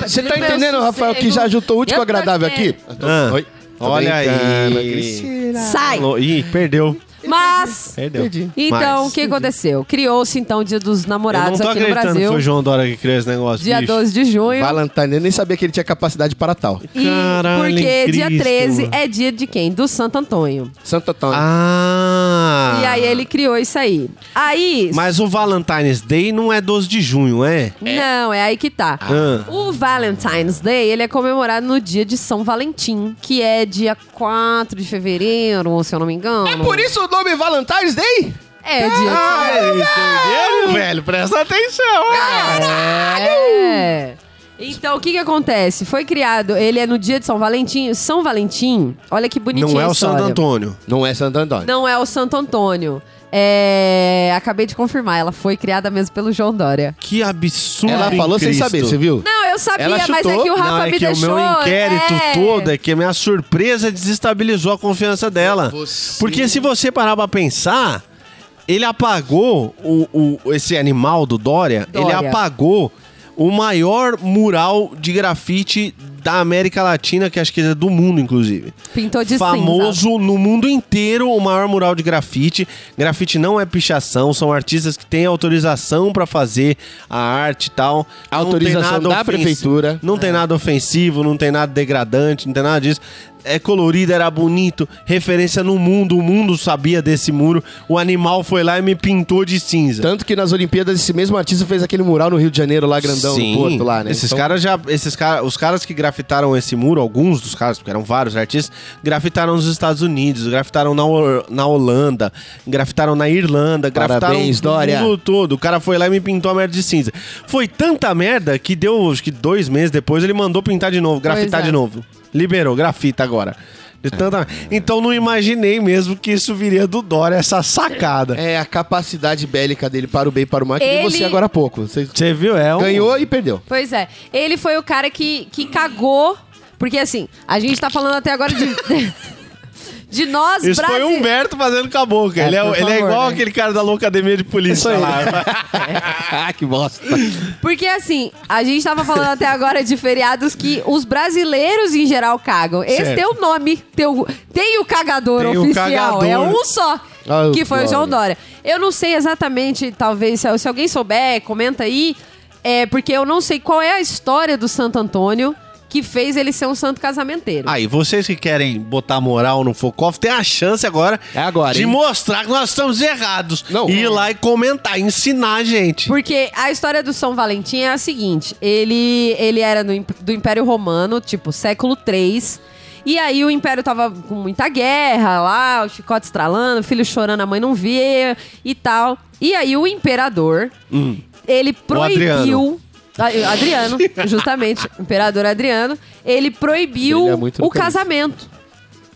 Você tá entendendo, Rafael, que já juntou o último agradável aqui?
Ah,
Oi. Tô
olha
brincando,
aí.
Cristina.
Sai!
Alô, Ih, perdeu.
Mas,
Perdeu.
Perdi.
então, o
Mas-
que aconteceu? Criou-se, então, o Dia dos
Eu não
Namorados
tô
aqui no
acreditando que
Brasil.
foi o João Dora que criou esse negócio.
Dia
bicho.
12 de junho.
Valentine, eu nem sabia que ele tinha capacidade para tal.
E
Caralho,
porque dia
Cristo.
13 é dia de quem? Do Santo Antônio.
Santo Antônio.
Ah!
E aí ele criou isso aí. Aí.
Mas o Valentine's Day não é 12 de junho, é?
Não, é aí que tá.
Ah.
O Valentine's Day, ele é comemorado no dia de São Valentim, que é dia 4 de fevereiro, se eu não me engano. É
Por isso o nome Valentine's Day?
É dia de São
Ah, entendeu, velho? Presta atenção.
É. Então, o que que acontece? Foi criado, ele é no dia de São Valentim. São Valentim, olha que bonitinho
Não é o Santo Antônio.
Não é Santo Antônio.
Não é o Santo Antônio. É, Acabei de confirmar, ela foi criada mesmo pelo João Dória.
Que absurdo.
Ela
em
falou sem
Cristo.
saber, você viu?
é. Não, eu sabia,
Ela
mas é
chutou.
que o Rafa
Não, é
me
que
deixou...
o meu inquérito
é.
todo é que a minha surpresa desestabilizou a confiança
É
dela. Porque se você parar pra pensar, ele apagou o, o- esse animal do Dória,
Dória.
ele apagou o maior mural de grafite da América Latina, que acho que é do mundo, inclusive.
Pintou de cinza.
famoso no mundo inteiro, o maior mural de grafite. Grafite não é pichação, são artistas que têm autorização pra fazer a arte e tal. Não tem
Autorização
nada
da prefeitura.
Não tem nada ofensivo, não tem nada degradante, não tem nada disso. É colorido, era bonito, referência no mundo, o mundo sabia desse muro. O animal foi lá e me pintou de cinza.
Tanto que nas Olimpíadas esse mesmo artista fez aquele mural no Rio de Janeiro, lá grandão,
Sim.
no Porto, lá, né?
Esses
Então,
caras já. Esses caras, os caras que grafitaram esse muro, alguns dos caras, porque eram vários artistas, grafitaram nos Estados Unidos, grafitaram na, Hol- na Holanda, grafitaram na Irlanda,
Parabéns,
grafitaram
Dória.
no mundo todo. O cara foi lá e me pintou a merda de cinza. Foi tanta merda que deu, acho que dois meses depois, ele mandou pintar de novo, grafitar
é.
de novo. Liberou, grafita agora. De
É.
tanta... Então não imaginei mesmo que isso viria do Dória, essa sacada.
É a capacidade bélica dele para o bem e para o mal, que nem
Ele-
você agora há pouco. Você
Você viu? É um...
ganhou e perdeu.
Pois é. Ele foi o cara que, que cagou. Porque assim, a gente tá falando até agora de. de nós
Isso foi um o
brasileiros.
Humberto fazendo com a boca. ele é,
por
ele é
favor,
igual
né?
aquele cara da loucademia de polícia lá.
que bosta.
Porque assim, a gente tava falando até agora de feriados que os brasileiros em geral cagam. Esse
Certo.
tem o nome, tem o, tem o cagador
Tem o
oficial,
cagador.
é um só.
Ah,
que foi o João
Dória.
Dória. Eu não sei exatamente, talvez, se, se alguém souber, comenta aí. É, porque eu não sei qual é a história do Santo Antônio que fez ele ser um santo casamenteiro.
Aí, vocês que querem botar moral no Focoff, tem a chance agora,
É agora,
de
hein?
mostrar que nós estamos errados.
Não.
E ir lá e comentar, ensinar a gente.
Porque a história do São Valentim é a seguinte: ele, ele era do, Imp- do Império Romano, tipo, século III. E aí o Império tava com muita guerra lá, o chicote estralando, o filho chorando, a mãe não via e tal. E aí o imperador,
Hum.
ele proibiu.
Adriano.
Ah, eu- Adriano, justamente, o imperador Adriano, ele proibiu
Ele é muito
o
localista.
casamento.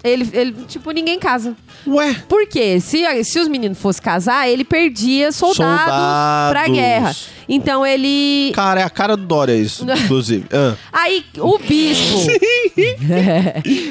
Ele, ele, tipo, ninguém casa.
Ué,
Porque se, se os meninos fossem casar, ele perdia soldados,
Soldados.
pra guerra. Então ele.
cara, é a cara do Dória isso, inclusive. Ah.
Aí o bispo.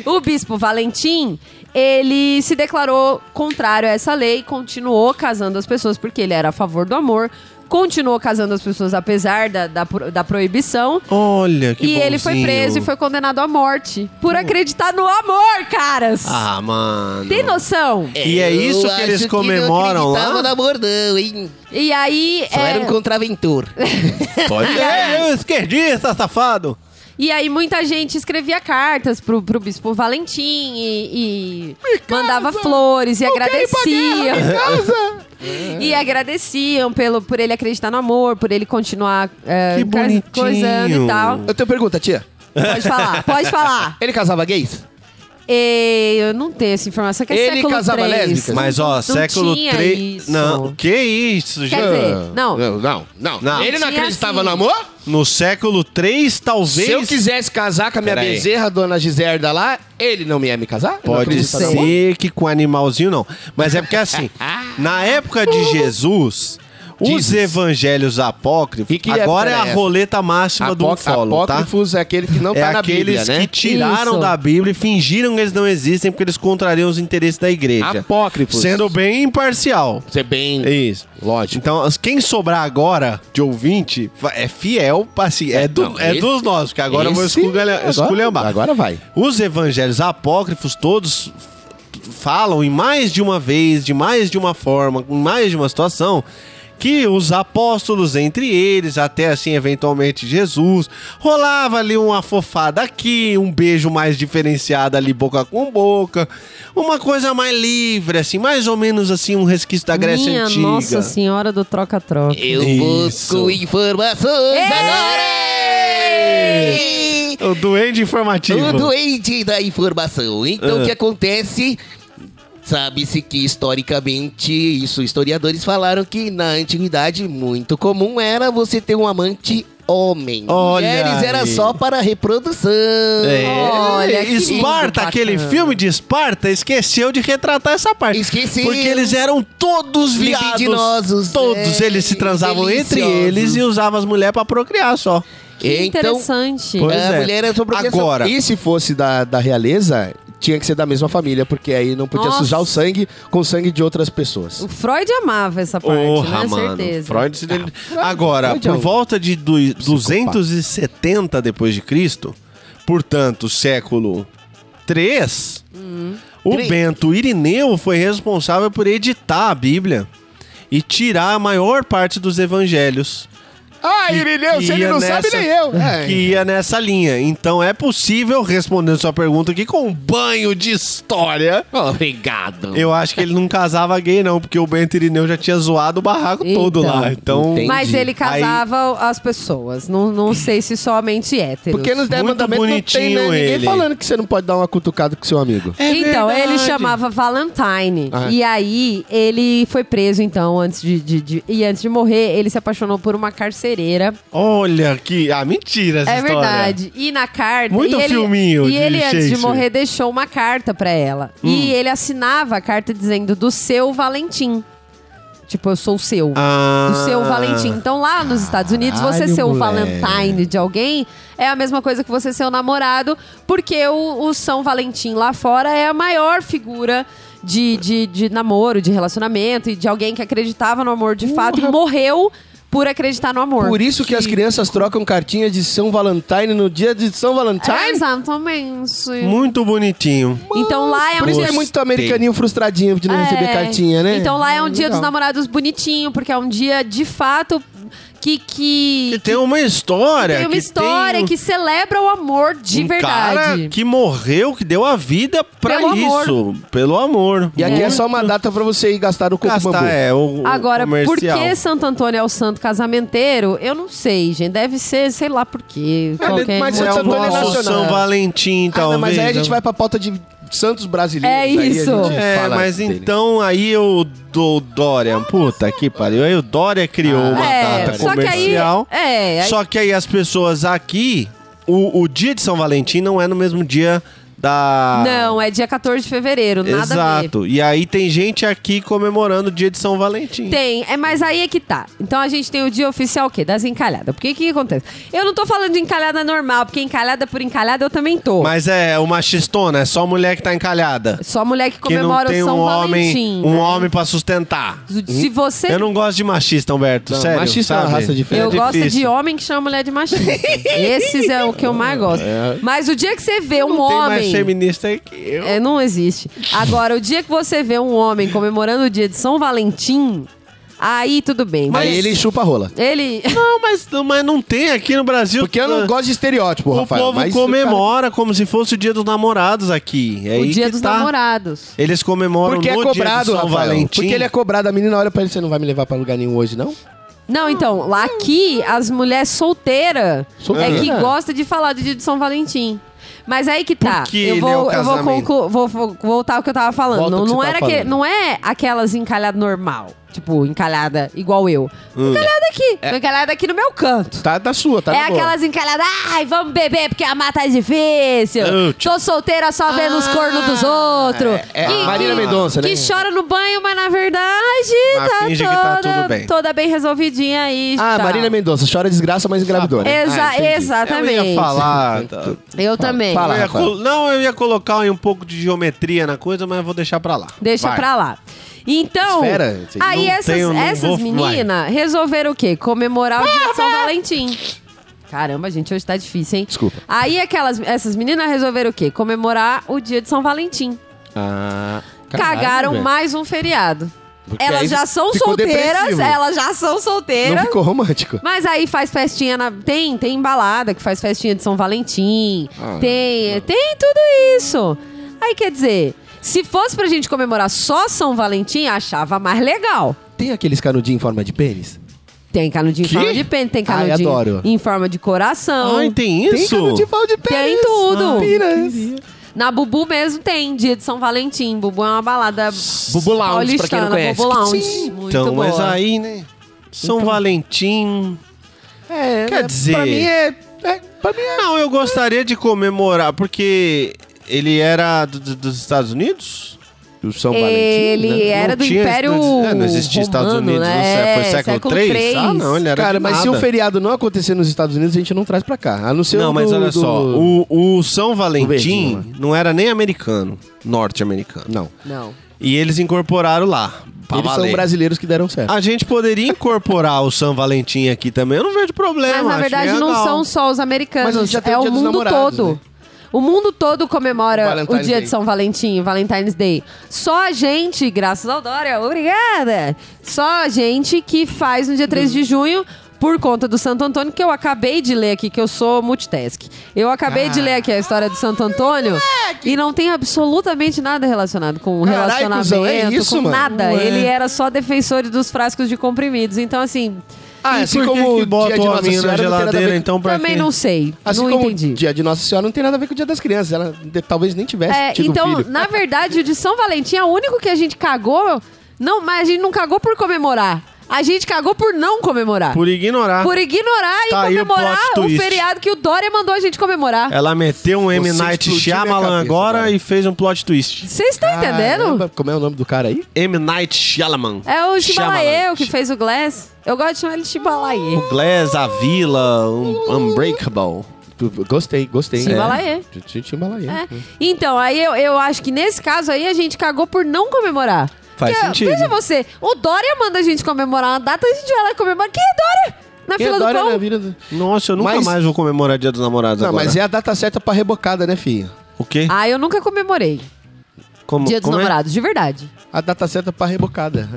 o bispo Valentim, ele se declarou contrário a essa lei, continuou casando as pessoas porque ele era a favor do amor, continuou casando as pessoas apesar da, da, pro- da proibição.
Olha, que
e ele foi
bonzinho.
preso e foi condenado à morte por acreditar no amor, caras!
Ah, mano.
Tem noção?
E é isso que eles comemoram
que não
lá?
acreditava no amor, não, hein?
E aí.
Só
é-
era um contraventor.
Pode é, eu esquerdista, safado.
E aí muita gente escrevia cartas pro, pro Bispo Valentim e, e mandava flores e agradecia. e agradeciam pelo, por ele acreditar no amor, por ele continuar é,
Que
cas-
bonitinho.
coisando e tal.
Eu tenho pergunta, tia.
Pode falar, pode falar.
Ele casava gays?
E, eu não tenho essa informação, que é
Ele
século
casava
três.
lésbicas?
Mas, ó,
Não
século
tinha
3...
isso.
Não, que isso,
Quer
gente?
dizer, não.
Não, não. não.
Não.
Ele não
Tinha
acreditava
assim.
no amor?
No século 3, talvez...
Se eu quisesse casar com a minha
Pera aí.
bezerra, dona Giserda lá, ele não me ia me casar? Ele não
Pode
acredita no amor?
ser que com animalzinho não. Mas é porque assim, na época de Jesus, os
Jesus.
evangelhos apócrifos,
E que
agora é
época
a
era
roleta máxima do
Apó-
follow, tá?
Apócrifos é aquele que não
é
tá na Bíblia,
aqueles
né?
que tiraram
Isso.
da Bíblia e fingiram que eles não existem porque eles contrariam os interesses da igreja.
Apócrifos.
Sendo bem imparcial.
Ser bem...
É Isso.
Lógico.
Então, as- quem sobrar agora de ouvinte va- é fiel, assim, é, do-
não,
é
esse-
dos nossos, que agora eu vou
Esse-
esculha-
agora-
esculhambar.
Agora vai.
Os evangelhos apócrifos todos f- falam em mais de uma vez, de mais de uma forma, em mais de uma situação, que os apóstolos entre eles, até assim eventualmente Jesus, rolava ali uma fofada aqui, um beijo mais diferenciado ali boca com boca, uma coisa mais livre assim, mais ou menos assim um resquício da Grécia
Minha
antiga.
Nossa Senhora do Troca-Troca.
Eu
Isso.
busco informações agora!
O duende informativo.
O doente da informação. Então, o
Ah.
que acontece? Sabe-se que historicamente, isso, historiadores falaram que na antiguidade muito comum era você ter um amante homem.
Olha
Mulheres era
aí.
só para reprodução.
É.
Olha, que lindo,
Esparta,
bacana.
aquele filme de Esparta, esqueceu de retratar essa parte.
Esqueci.
Porque eles eram todos viados.
Libidinosos,
Todos
é,
eles se transavam entre
deliciosos.
eles e usavam as mulheres pra procriar só.
Que
Então,
interessante.
Pois
a
é.
mulher era sobre
Agora,
E se fosse da, da realeza, tinha que ser da mesma família, porque aí não podia
Nossa.
sujar o sangue com o sangue de outras pessoas.
O Freud amava essa parte,
Porra,
né?
mano.
Certeza.
Freud se dele- Agora,
Freud é
por
um
volta de du- 270 depois de Cristo, portanto, século 3, o
Três.
Bento Irineu foi responsável por editar a Bíblia e tirar a maior parte dos evangelhos.
Ah,
que-
Irineu,
que
se ele
ia
não sabe, nem eu. É.
Que ia nessa linha. Então é possível, respondendo sua pergunta aqui, com um banho de história.
Obrigado.
Eu acho que ele não casava gay, não, porque o Bento Irineu já tinha zoado o barraco todo
Então.
lá. Então.
Entendi.
Mas ele
Aí-
casava as pessoas. Não, não sei se somente héteros.
Porque nos 10
Muito
mandamentos não tem né,
bonitinho
ninguém
ele.
falando que você não pode dar uma cutucada com seu amigo.
É
então,
verdade.
ele chamava Valentine.
Ah.
E aí, ele foi preso, então, antes de, de- de- E antes de morrer, ele se apaixonou por uma carcereira. Sereira.
Olha que. Ah, mentira essa
É
história.
verdade. E na carta.
Muito
e ele,
filminho
E
de Hum.
ele, antes de
Shakespeare.
morrer, deixou uma carta pra ela. E ele assinava a carta dizendo do seu Valentim. Tipo, eu sou o seu.
Ah.
Do seu Valentim. Então lá nos Estados Unidos, você
Caralho,
ser o
moleque.
Valentine de alguém é a mesma coisa que você ser o namorado, porque o, o São Valentim lá fora é a maior figura. De, de, de namoro, de relacionamento e de alguém que acreditava no amor de fato e morreu por acreditar no amor.
Por isso que é as crianças trocam cartinha de São Valentine no dia de São
É,
Valentine.
Exatamente.
Muito bonitinho.
Então lá é
Por
um
isso que
dia...
é muito americaninho frustradinho de não receber
É.
cartinha, né?
Então lá é um dia
Legal.
dos namorados bonitinho, porque é um dia de fato que
E
que
tem uma história.
tem uma
que
história
tem
que celebra o amor de
um
verdade.
Cara que morreu, que deu a vida pra
Pelo
isso. Pelo amor.
E aqui é só uma data pra você ir gastar o coco
Gastar,
bambu.
é, o, o
Agora, por
comercial.
que Santo Antônio é o santo casamenteiro? Eu não sei, gente. Deve ser, sei lá por quê.
Ah,
qualquer
mas
É
motivo.
Santo
um
Antônio é
nosso
nacional.
São Valentim,
Ah,
talvez.
não, mas aí a gente
né?
vai pra pauta de santos brasileiros.
É
Aí a
isso.
gente
É,
fala
mas
dele.
então aí eu dou
Ah,
Dória. Puta que pariu. Aí o Dória criou uma
É,
data
só que aí,
comercial.
é, aí
Só que aí as pessoas aqui, o, o dia de São Valentim não é no mesmo dia da.
não, é dia 14 de fevereiro, nada a ver.
Exato. E aí tem gente aqui comemorando o dia de São Valentim.
Tem, é, mas aí é que tá. Então a gente tem o dia oficial o quê? Das encalhadas. Porque o que que acontece? Eu não tô falando de encalhada normal, porque encalhada por encalhada eu também tô.
Mas é uma chistona, é só mulher que tá encalhada.
Só mulher que
Que não
comemora
tem
o
um
São
homem,
Valentim.
um
né?
homem pra sustentar.
Se você.
Eu não gosto de machista, Humberto,
Não,
sério.
machista é uma
sabe?
raça diferente.
Eu
É
gosto
difícil.
de homem que chama mulher de machista. Esses é o que eu mais gosto. Mas o dia que você vê um
É. Não tem mais
homem.
feminista que eu.
É, não existe. Agora, o dia que você vê um homem comemorando o dia de São Valentim, aí tudo bem.
Aí ele chupa a rola.
Ele.
Não, mas, mas não tem aqui no Brasil.
Porque eu não
Ah,
gosto de estereótipo,
O
Rafael.
povo
mas
comemora como se fosse o dia dos namorados aqui. É
o
aí
dia
que
dos
tá.
namorados.
Eles comemoram
Porque é
no dia de
cobrado,
São
Rafael.
Valentim.
Porque ele é cobrado. A menina olha pra ele, você não vai me levar pra lugar nenhum hoje, não?
Não, então, lá aqui, as mulheres solteiras
Solteira.
é que gosta de falar do dia de São Valentim. Mas aí que tá.
Por que
eu
ele
vou,
é o
eu vou,
casamento?
conclu- vou- vou voltar ao que eu tava falando.
Volta ao
Não,
que
não
você
era
tava
que,
falando.
não é aquelas encalhadas normal. Tipo, encalhada igual eu.
Hum.
Encalhada aqui.
É.
Tô encalhada aqui no meu canto.
Tá da sua, tá
é
da boa.
aquelas encalhadas, ai, vamos beber porque a mata é difícil.
Eu,
Tô solteira só vendo os cornos dos outros.
é a Marília Mendonça, né?
Que chora no banho, mas na verdade
Mas
tá,
finge que tá
toda,
tudo bem.
toda bem resolvidinha aí.
Ah,
tá.
Marília Mendonça, chora desgraça, mas engravidou, né?
Exa- Exatamente.
Eu ia falar. tá.
Eu também.
Fala.
Eu ia
Rafael.
col- não, eu ia colocar um pouco de geometria na coisa, mas eu vou deixar pra lá.
Deixa
Vai.
pra lá. Então,
Esfera, sei,
aí
não
essas,
tenho, não vou-
essas meninas resolveram o quê? Comemorar o dia de São Valentim. Caramba, gente, hoje tá difícil, hein?
Desculpa.
Aí aquelas, essas meninas resolveram o quê? Comemorar o dia de São Valentim.
Ah,
Cagaram
velho.
mais um feriado.
Porque aí
elas já são
ficou
solteiras,
depressivo.
elas já são solteiras.
Não ficou romântico.
Mas aí faz festinha na. Tem, tem balada que faz festinha de São Valentim.
Ah,
tem, tem tudo isso. Aí quer dizer, se fosse pra gente comemorar só São Valentim, achava mais legal.
Tem aqueles canudinhos em forma de pênis?
Tem canudinho em forma de pênis, tem
Ai,
canudinho
adoro. Ah,
em forma de coração.
Ai, Ah, tem
Tem
isso?
canudinho em forma de pênis. Ah,
Tem tudo.
Piras.
Na Bubu mesmo tem, dia de São Valentim. Bubu é uma balada
Bubu Lounge, pra quem
paulistana,
não conhece.
Bubu Lounge.
Sim.
Muito
então,
boa. Então.
mas aí, né? São Valentim.
É,
Quer dizer-
Pra mim é... é pra mim é...
Não, eu gostaria de comemorar, porque ele era do- do- dos Estados Unidos?
Do São
Ele
né?
era
Não
do
tinha-
Império
é, não existia Estados
Romano,
Unidos,
né?
não sei, foi
É,
século,
século
III?
III.
Ah, não, ele era
Cara,
de
mas se
nada.
o feriado não acontecer nos Estados Unidos, a gente não traz pra cá. A não ser
Não,
o
mas
do-
olha
do-
só, o, o São
do verdinho,
Valentim
né?
não era nem americano, norte-americano.
Não.
Não.
E eles incorporaram lá. pra
Eles
valer.
são brasileiros que deram certo.
Ah,
A gente poderia incorporar o São Valentim aqui também. Eu não vejo problema.
Mas na
acho
verdade
legal.
não são só os americanos,
Mas já tem
é
o
o
Dia dos
mundo
Namorados,
todo.
né?
O mundo todo comemora
Valentine's
o dia
Day.
de São Valentim, Valentine's Day. Só a gente, graças ao Dória, obrigada! Só a gente que faz no dia 3 de junho por conta do Santo Antônio, que eu acabei de ler aqui, que eu sou multitask. Eu acabei de
Ah.
ler aqui a história do Santo Antônio e não tem absolutamente nada relacionado com
Carai,
relacionamento,
cuzão, é isso,
com
mano? é.
nada.
Ué.
Ele era só defensor dos frascos de comprimidos. Então, assim,
Ah,
E
assim
por que
como
que
o
bota
dia de
o
Nossa
hominho
Senhora
na
não tem nada a ver
geladeira,
com-
então, pra
também
quê?
não sei.
Assim
não
como
entendi.
o dia de Nossa Senhora não tem nada a ver com o dia das crianças. Ela de- talvez nem tivesse
É,
tido
então,
um filho.
na verdade, o de São Valentim é o único que a gente cagou. Não, mas a gente não cagou por comemorar. A gente cagou por não comemorar. Por,
Por ignorar.
ignorar
Tá
e
aí o
comemorar
plot
o,
twist.
feriado que o Dória mandou a gente comemorar.
Ela meteu um M.
Você
Night
explodiu minha
Shyamalan
cabeça
agora
agora.
e fez um plot twist.
Vocês estão tá entendendo?
Caramba, Como é o nome do cara aí?
M. Night Shyamalan.
É o Chibalaê
Shyamalan.
que fez o Glass. Eu gosto de chamar ele de
Uhum.
Chibalaê.
Glass, a Vila, um- Unbreakable.
Gostei, gostei.
Timbalaê.
É. Timbalaê.
É. Então, aí eu, eu acho que nesse caso aí a gente cagou por não comemorar.
Faz
Porque,
sentido.
Veja você, o Dória manda a gente comemorar uma data, a gente vai lá comemorar. Que é Dória?
é
Na fila do pão?
Nossa, eu nunca
Mas-
mais vou comemorar Dia dos Namorados
Não,
agora.
mas é a data certa pra rebocada, né, filha?
O quê?
Ah, eu nunca comemorei.
Como-
Ah, Dia dos
como é?
Namorados, de verdade.
A data certa pra rebocada.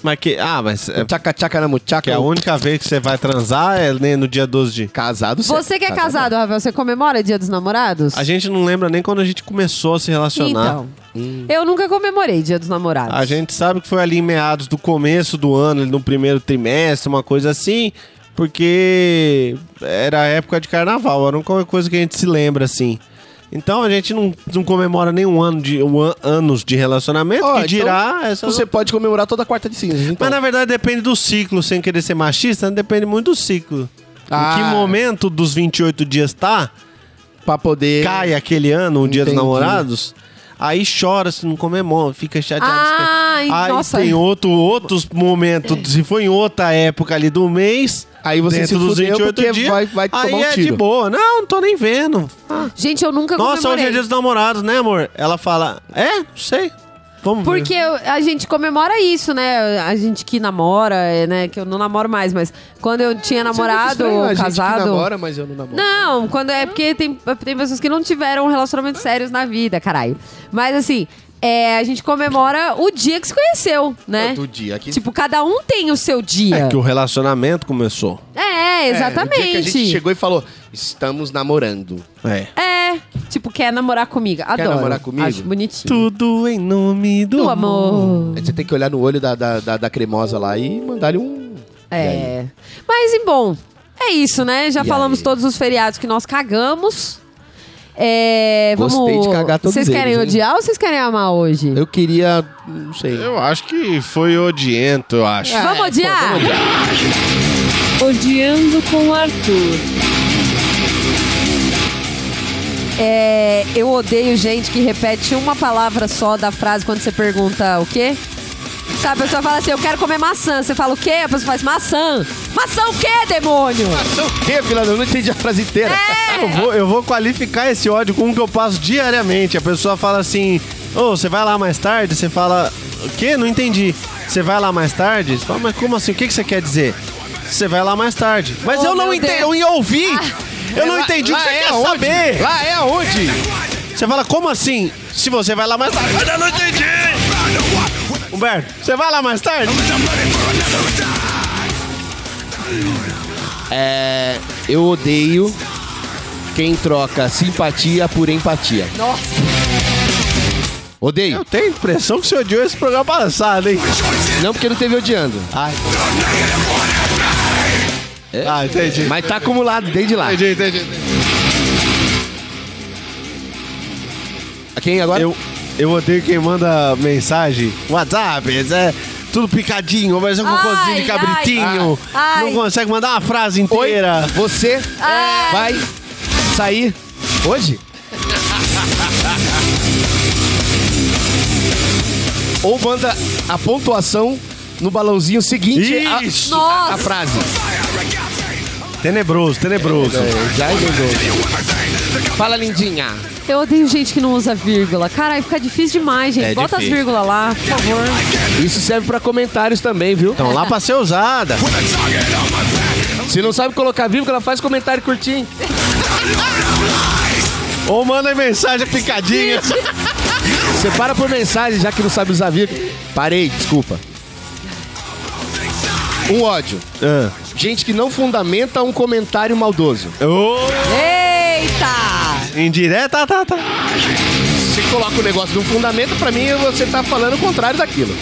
Mas que, ah, mas é
Tchaca-tchaca na muchaca.
que a única vez que você vai transar é né, no dia 12 de...
Casado certo.
Você que é casado, Ravel, você comemora Dia dos Namorados?
tá A gente não lembra nem quando a gente começou a se relacionar.
Então, eu nunca comemorei Dia dos Namorados.
Hum. A gente sabe que foi ali em meados do começo do ano, ali no primeiro trimestre, uma coisa assim, porque era a época de carnaval, era uma coisa que a gente se lembra assim. Então a gente não, não comemora nenhum ano de um an- anos de relacionamento,
Ó, então
que dirá essa.
Você pode comemorar toda quarta de cinzas. Então.
Mas na verdade depende do ciclo, sem querer ser machista, depende muito do ciclo.
Ah.
Em que momento dos 28 dias tá,
Pra poder.
cai aquele ano, o dia dos
Entendi.
namorados, aí chora, se não comemora, fica chateado.
Ah,
fica- aí
nossa.
tem outro, outros momentos, se for em outra época ali do mês,
Aí você
dentro
se
dos
fudeu
28
porque
dias,
vai, vai tomar
aí
um
é
tiro.
de boa. Não, não tô nem vendo. Ah,
Gente, eu nunca
nossa, hoje
comemorei.
é dia dos namorados, né amor? Ela fala, é, não sei, vamos ver.
Porque eu- a gente comemora isso, né? A gente que namora, é, né? Que eu não namoro mais, mas quando eu tinha
Isso é muito
namorado,
estranho, a gente que
casado.
namora, mas eu não namoro.
Não, quando é porque tem, tem pessoas que não tiveram relacionamentos sérios na vida, caralho. Mas assim, é, a gente comemora o dia que se conheceu, né?
Do dia aqui.
Tipo, cada um tem o seu dia.
É que o relacionamento começou.
É,
É, o dia que a gente
exatamente.
chegou e falou: estamos namorando.
É.
É, tipo, quer namorar comigo. Adoro.
namorar comigo?
Acho bonitinho.
Tudo em nome do,
Do amor.
Aí Você tem que olhar no olho da, da, da, da cremosa lá e mandar-lhe um.
É. Mas, e bom, é isso, né? Já falamos todos os feriados que nós cagamos. É, vamos...
Gostei de cagar todos
Vocês querem
eles, hein?
odiar ou vocês querem amar hoje?
Eu queria. Não sei.
Eu acho que foi odiento, eu acho.
É,
Vamos odiar?
Odiando com Arthur.
É, eu odeio gente que repete uma palavra só da frase quando você pergunta o quê? Sabe, a pessoa fala assim, eu quero comer maçã. Você fala o quê? A pessoa faz maçã. Maçã o quê, demônio?
O que, filha? Eu não entendi a frase inteira.
Eu vou, eu vou qualificar esse ódio com o que eu passo diariamente. A pessoa fala assim: Ô, você vai lá mais tarde? Você fala: O quê? Não entendi. Você vai lá mais tarde? Você fala, mas como assim? O que, que você quer dizer? Você vai lá mais tarde. Mas
Oh,
eu não
meu
entendi, eu
Deus.
ouvi! eu não
Ah. lá-
entendi o
lá
que você
é
quer
onde?
saber!
Lá é aonde?
Você fala, como assim? Se você vai lá mais tarde. Mas eu não entendi! Humberto, você vai lá mais tarde?
É. Eu odeio quem troca simpatia por empatia.
Nossa.
Odeio.
Eu tenho a impressão que você odiou esse programa passado, hein?
Não porque não teve odiando.
Ai. Ah, entendi.
Mas tá acumulado desde lá.
Entendi, entendi.
Quem agora?
Eu, eu odeio quem manda mensagem, WhatsApp, é tudo picadinho, mas é um
Ai,
cocôzinho de cabritinho.
ai, ai.
Não consegue mandar uma frase
Oi,
inteira.
você
Ai.
vai sair hoje? Ou manda a pontuação no balãozinho seguinte à
Isso!
Nossa.
à frase.
Tenebroso, tenebroso.
É, já entendeu. Fala, lindinha.
Eu odeio gente que não usa vírgula. Caralho, fica difícil demais, gente.
É
Bota
difícil.
as vírgulas lá, por favor.
Isso serve pra comentários também, viu?
Então lá pra ser usada.
Se não sabe colocar vírgula, faz comentário curtinho.
Ou manda mensagem picadinha.
Você para por mensagem, já que não sabe usar vírgula. Parei, desculpa. Um ódio.
Ah.
Gente que não fundamenta um comentário maldoso.
Ô,
Eita!
indireta, tá, tá.
Você coloca o negócio no fundamento, pra mim você tá falando o contrário daquilo.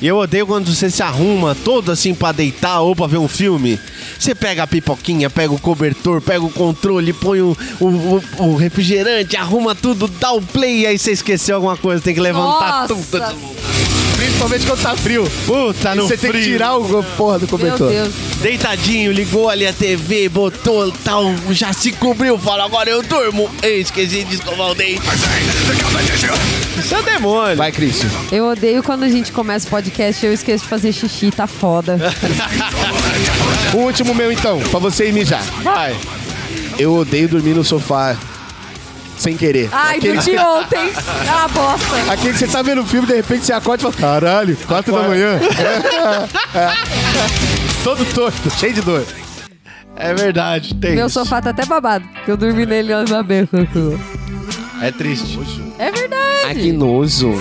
E eu odeio quando você se arruma todo assim pra deitar ou pra ver um filme. Você pega a pipoquinha, pega o cobertor, pega o controle, põe o, o- o- o refrigerante, arruma tudo, dá o play, aí você esqueceu alguma coisa, tem que levantar
Nossa,
tudo.
Principalmente quando tá frio.
Puta, no
Você tem que
frio.
tirar o porra do
meu
cobertor.
Deus.
Deitadinho, ligou ali a TV, botou tal, já se cobriu, fala, agora eu durmo. Ei, esqueci de escovar o dente. Isso é demônio.
Vai, Cris.
Eu odeio quando a gente começa o podcast e eu esqueço de fazer xixi, tá foda.
O último meu, então, pra você ir mijar.
Vai.
Eu odeio dormir no sofá sem querer.
Ai,
Aquele-
dormi ontem. É uma bosta.
Aquele que você tá vendo o filme, de repente você acorda e fala: Caralho, 4 da manhã. Todo torto, cheio de dor.
É verdade, tem.
Meu
isso.
sofá tá até babado, porque eu dormi nele antes da beira.
É triste.
É verdade.
Ah, que nojo.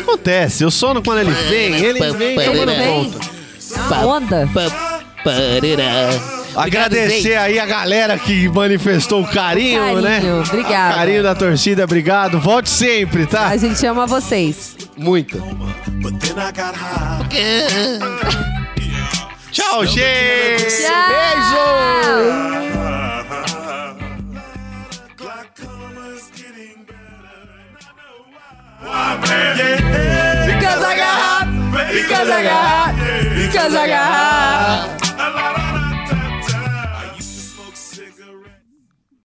Acontece, o sono quando ele vem, ele vem tomando
Vem.
conta.
A onda.
Pa- parará.
Agradecer aí a galera que manifestou o carinho,
Carinho,
né?
obrigada.
Carinho da torcida, obrigado. Volte sempre, tá?
A gente ama vocês.
Muito.
Tchau, gente!
Beijo!
Glaucoma's getting better, and I know why.
Because I got hot. Because I got hot. Because I got hot.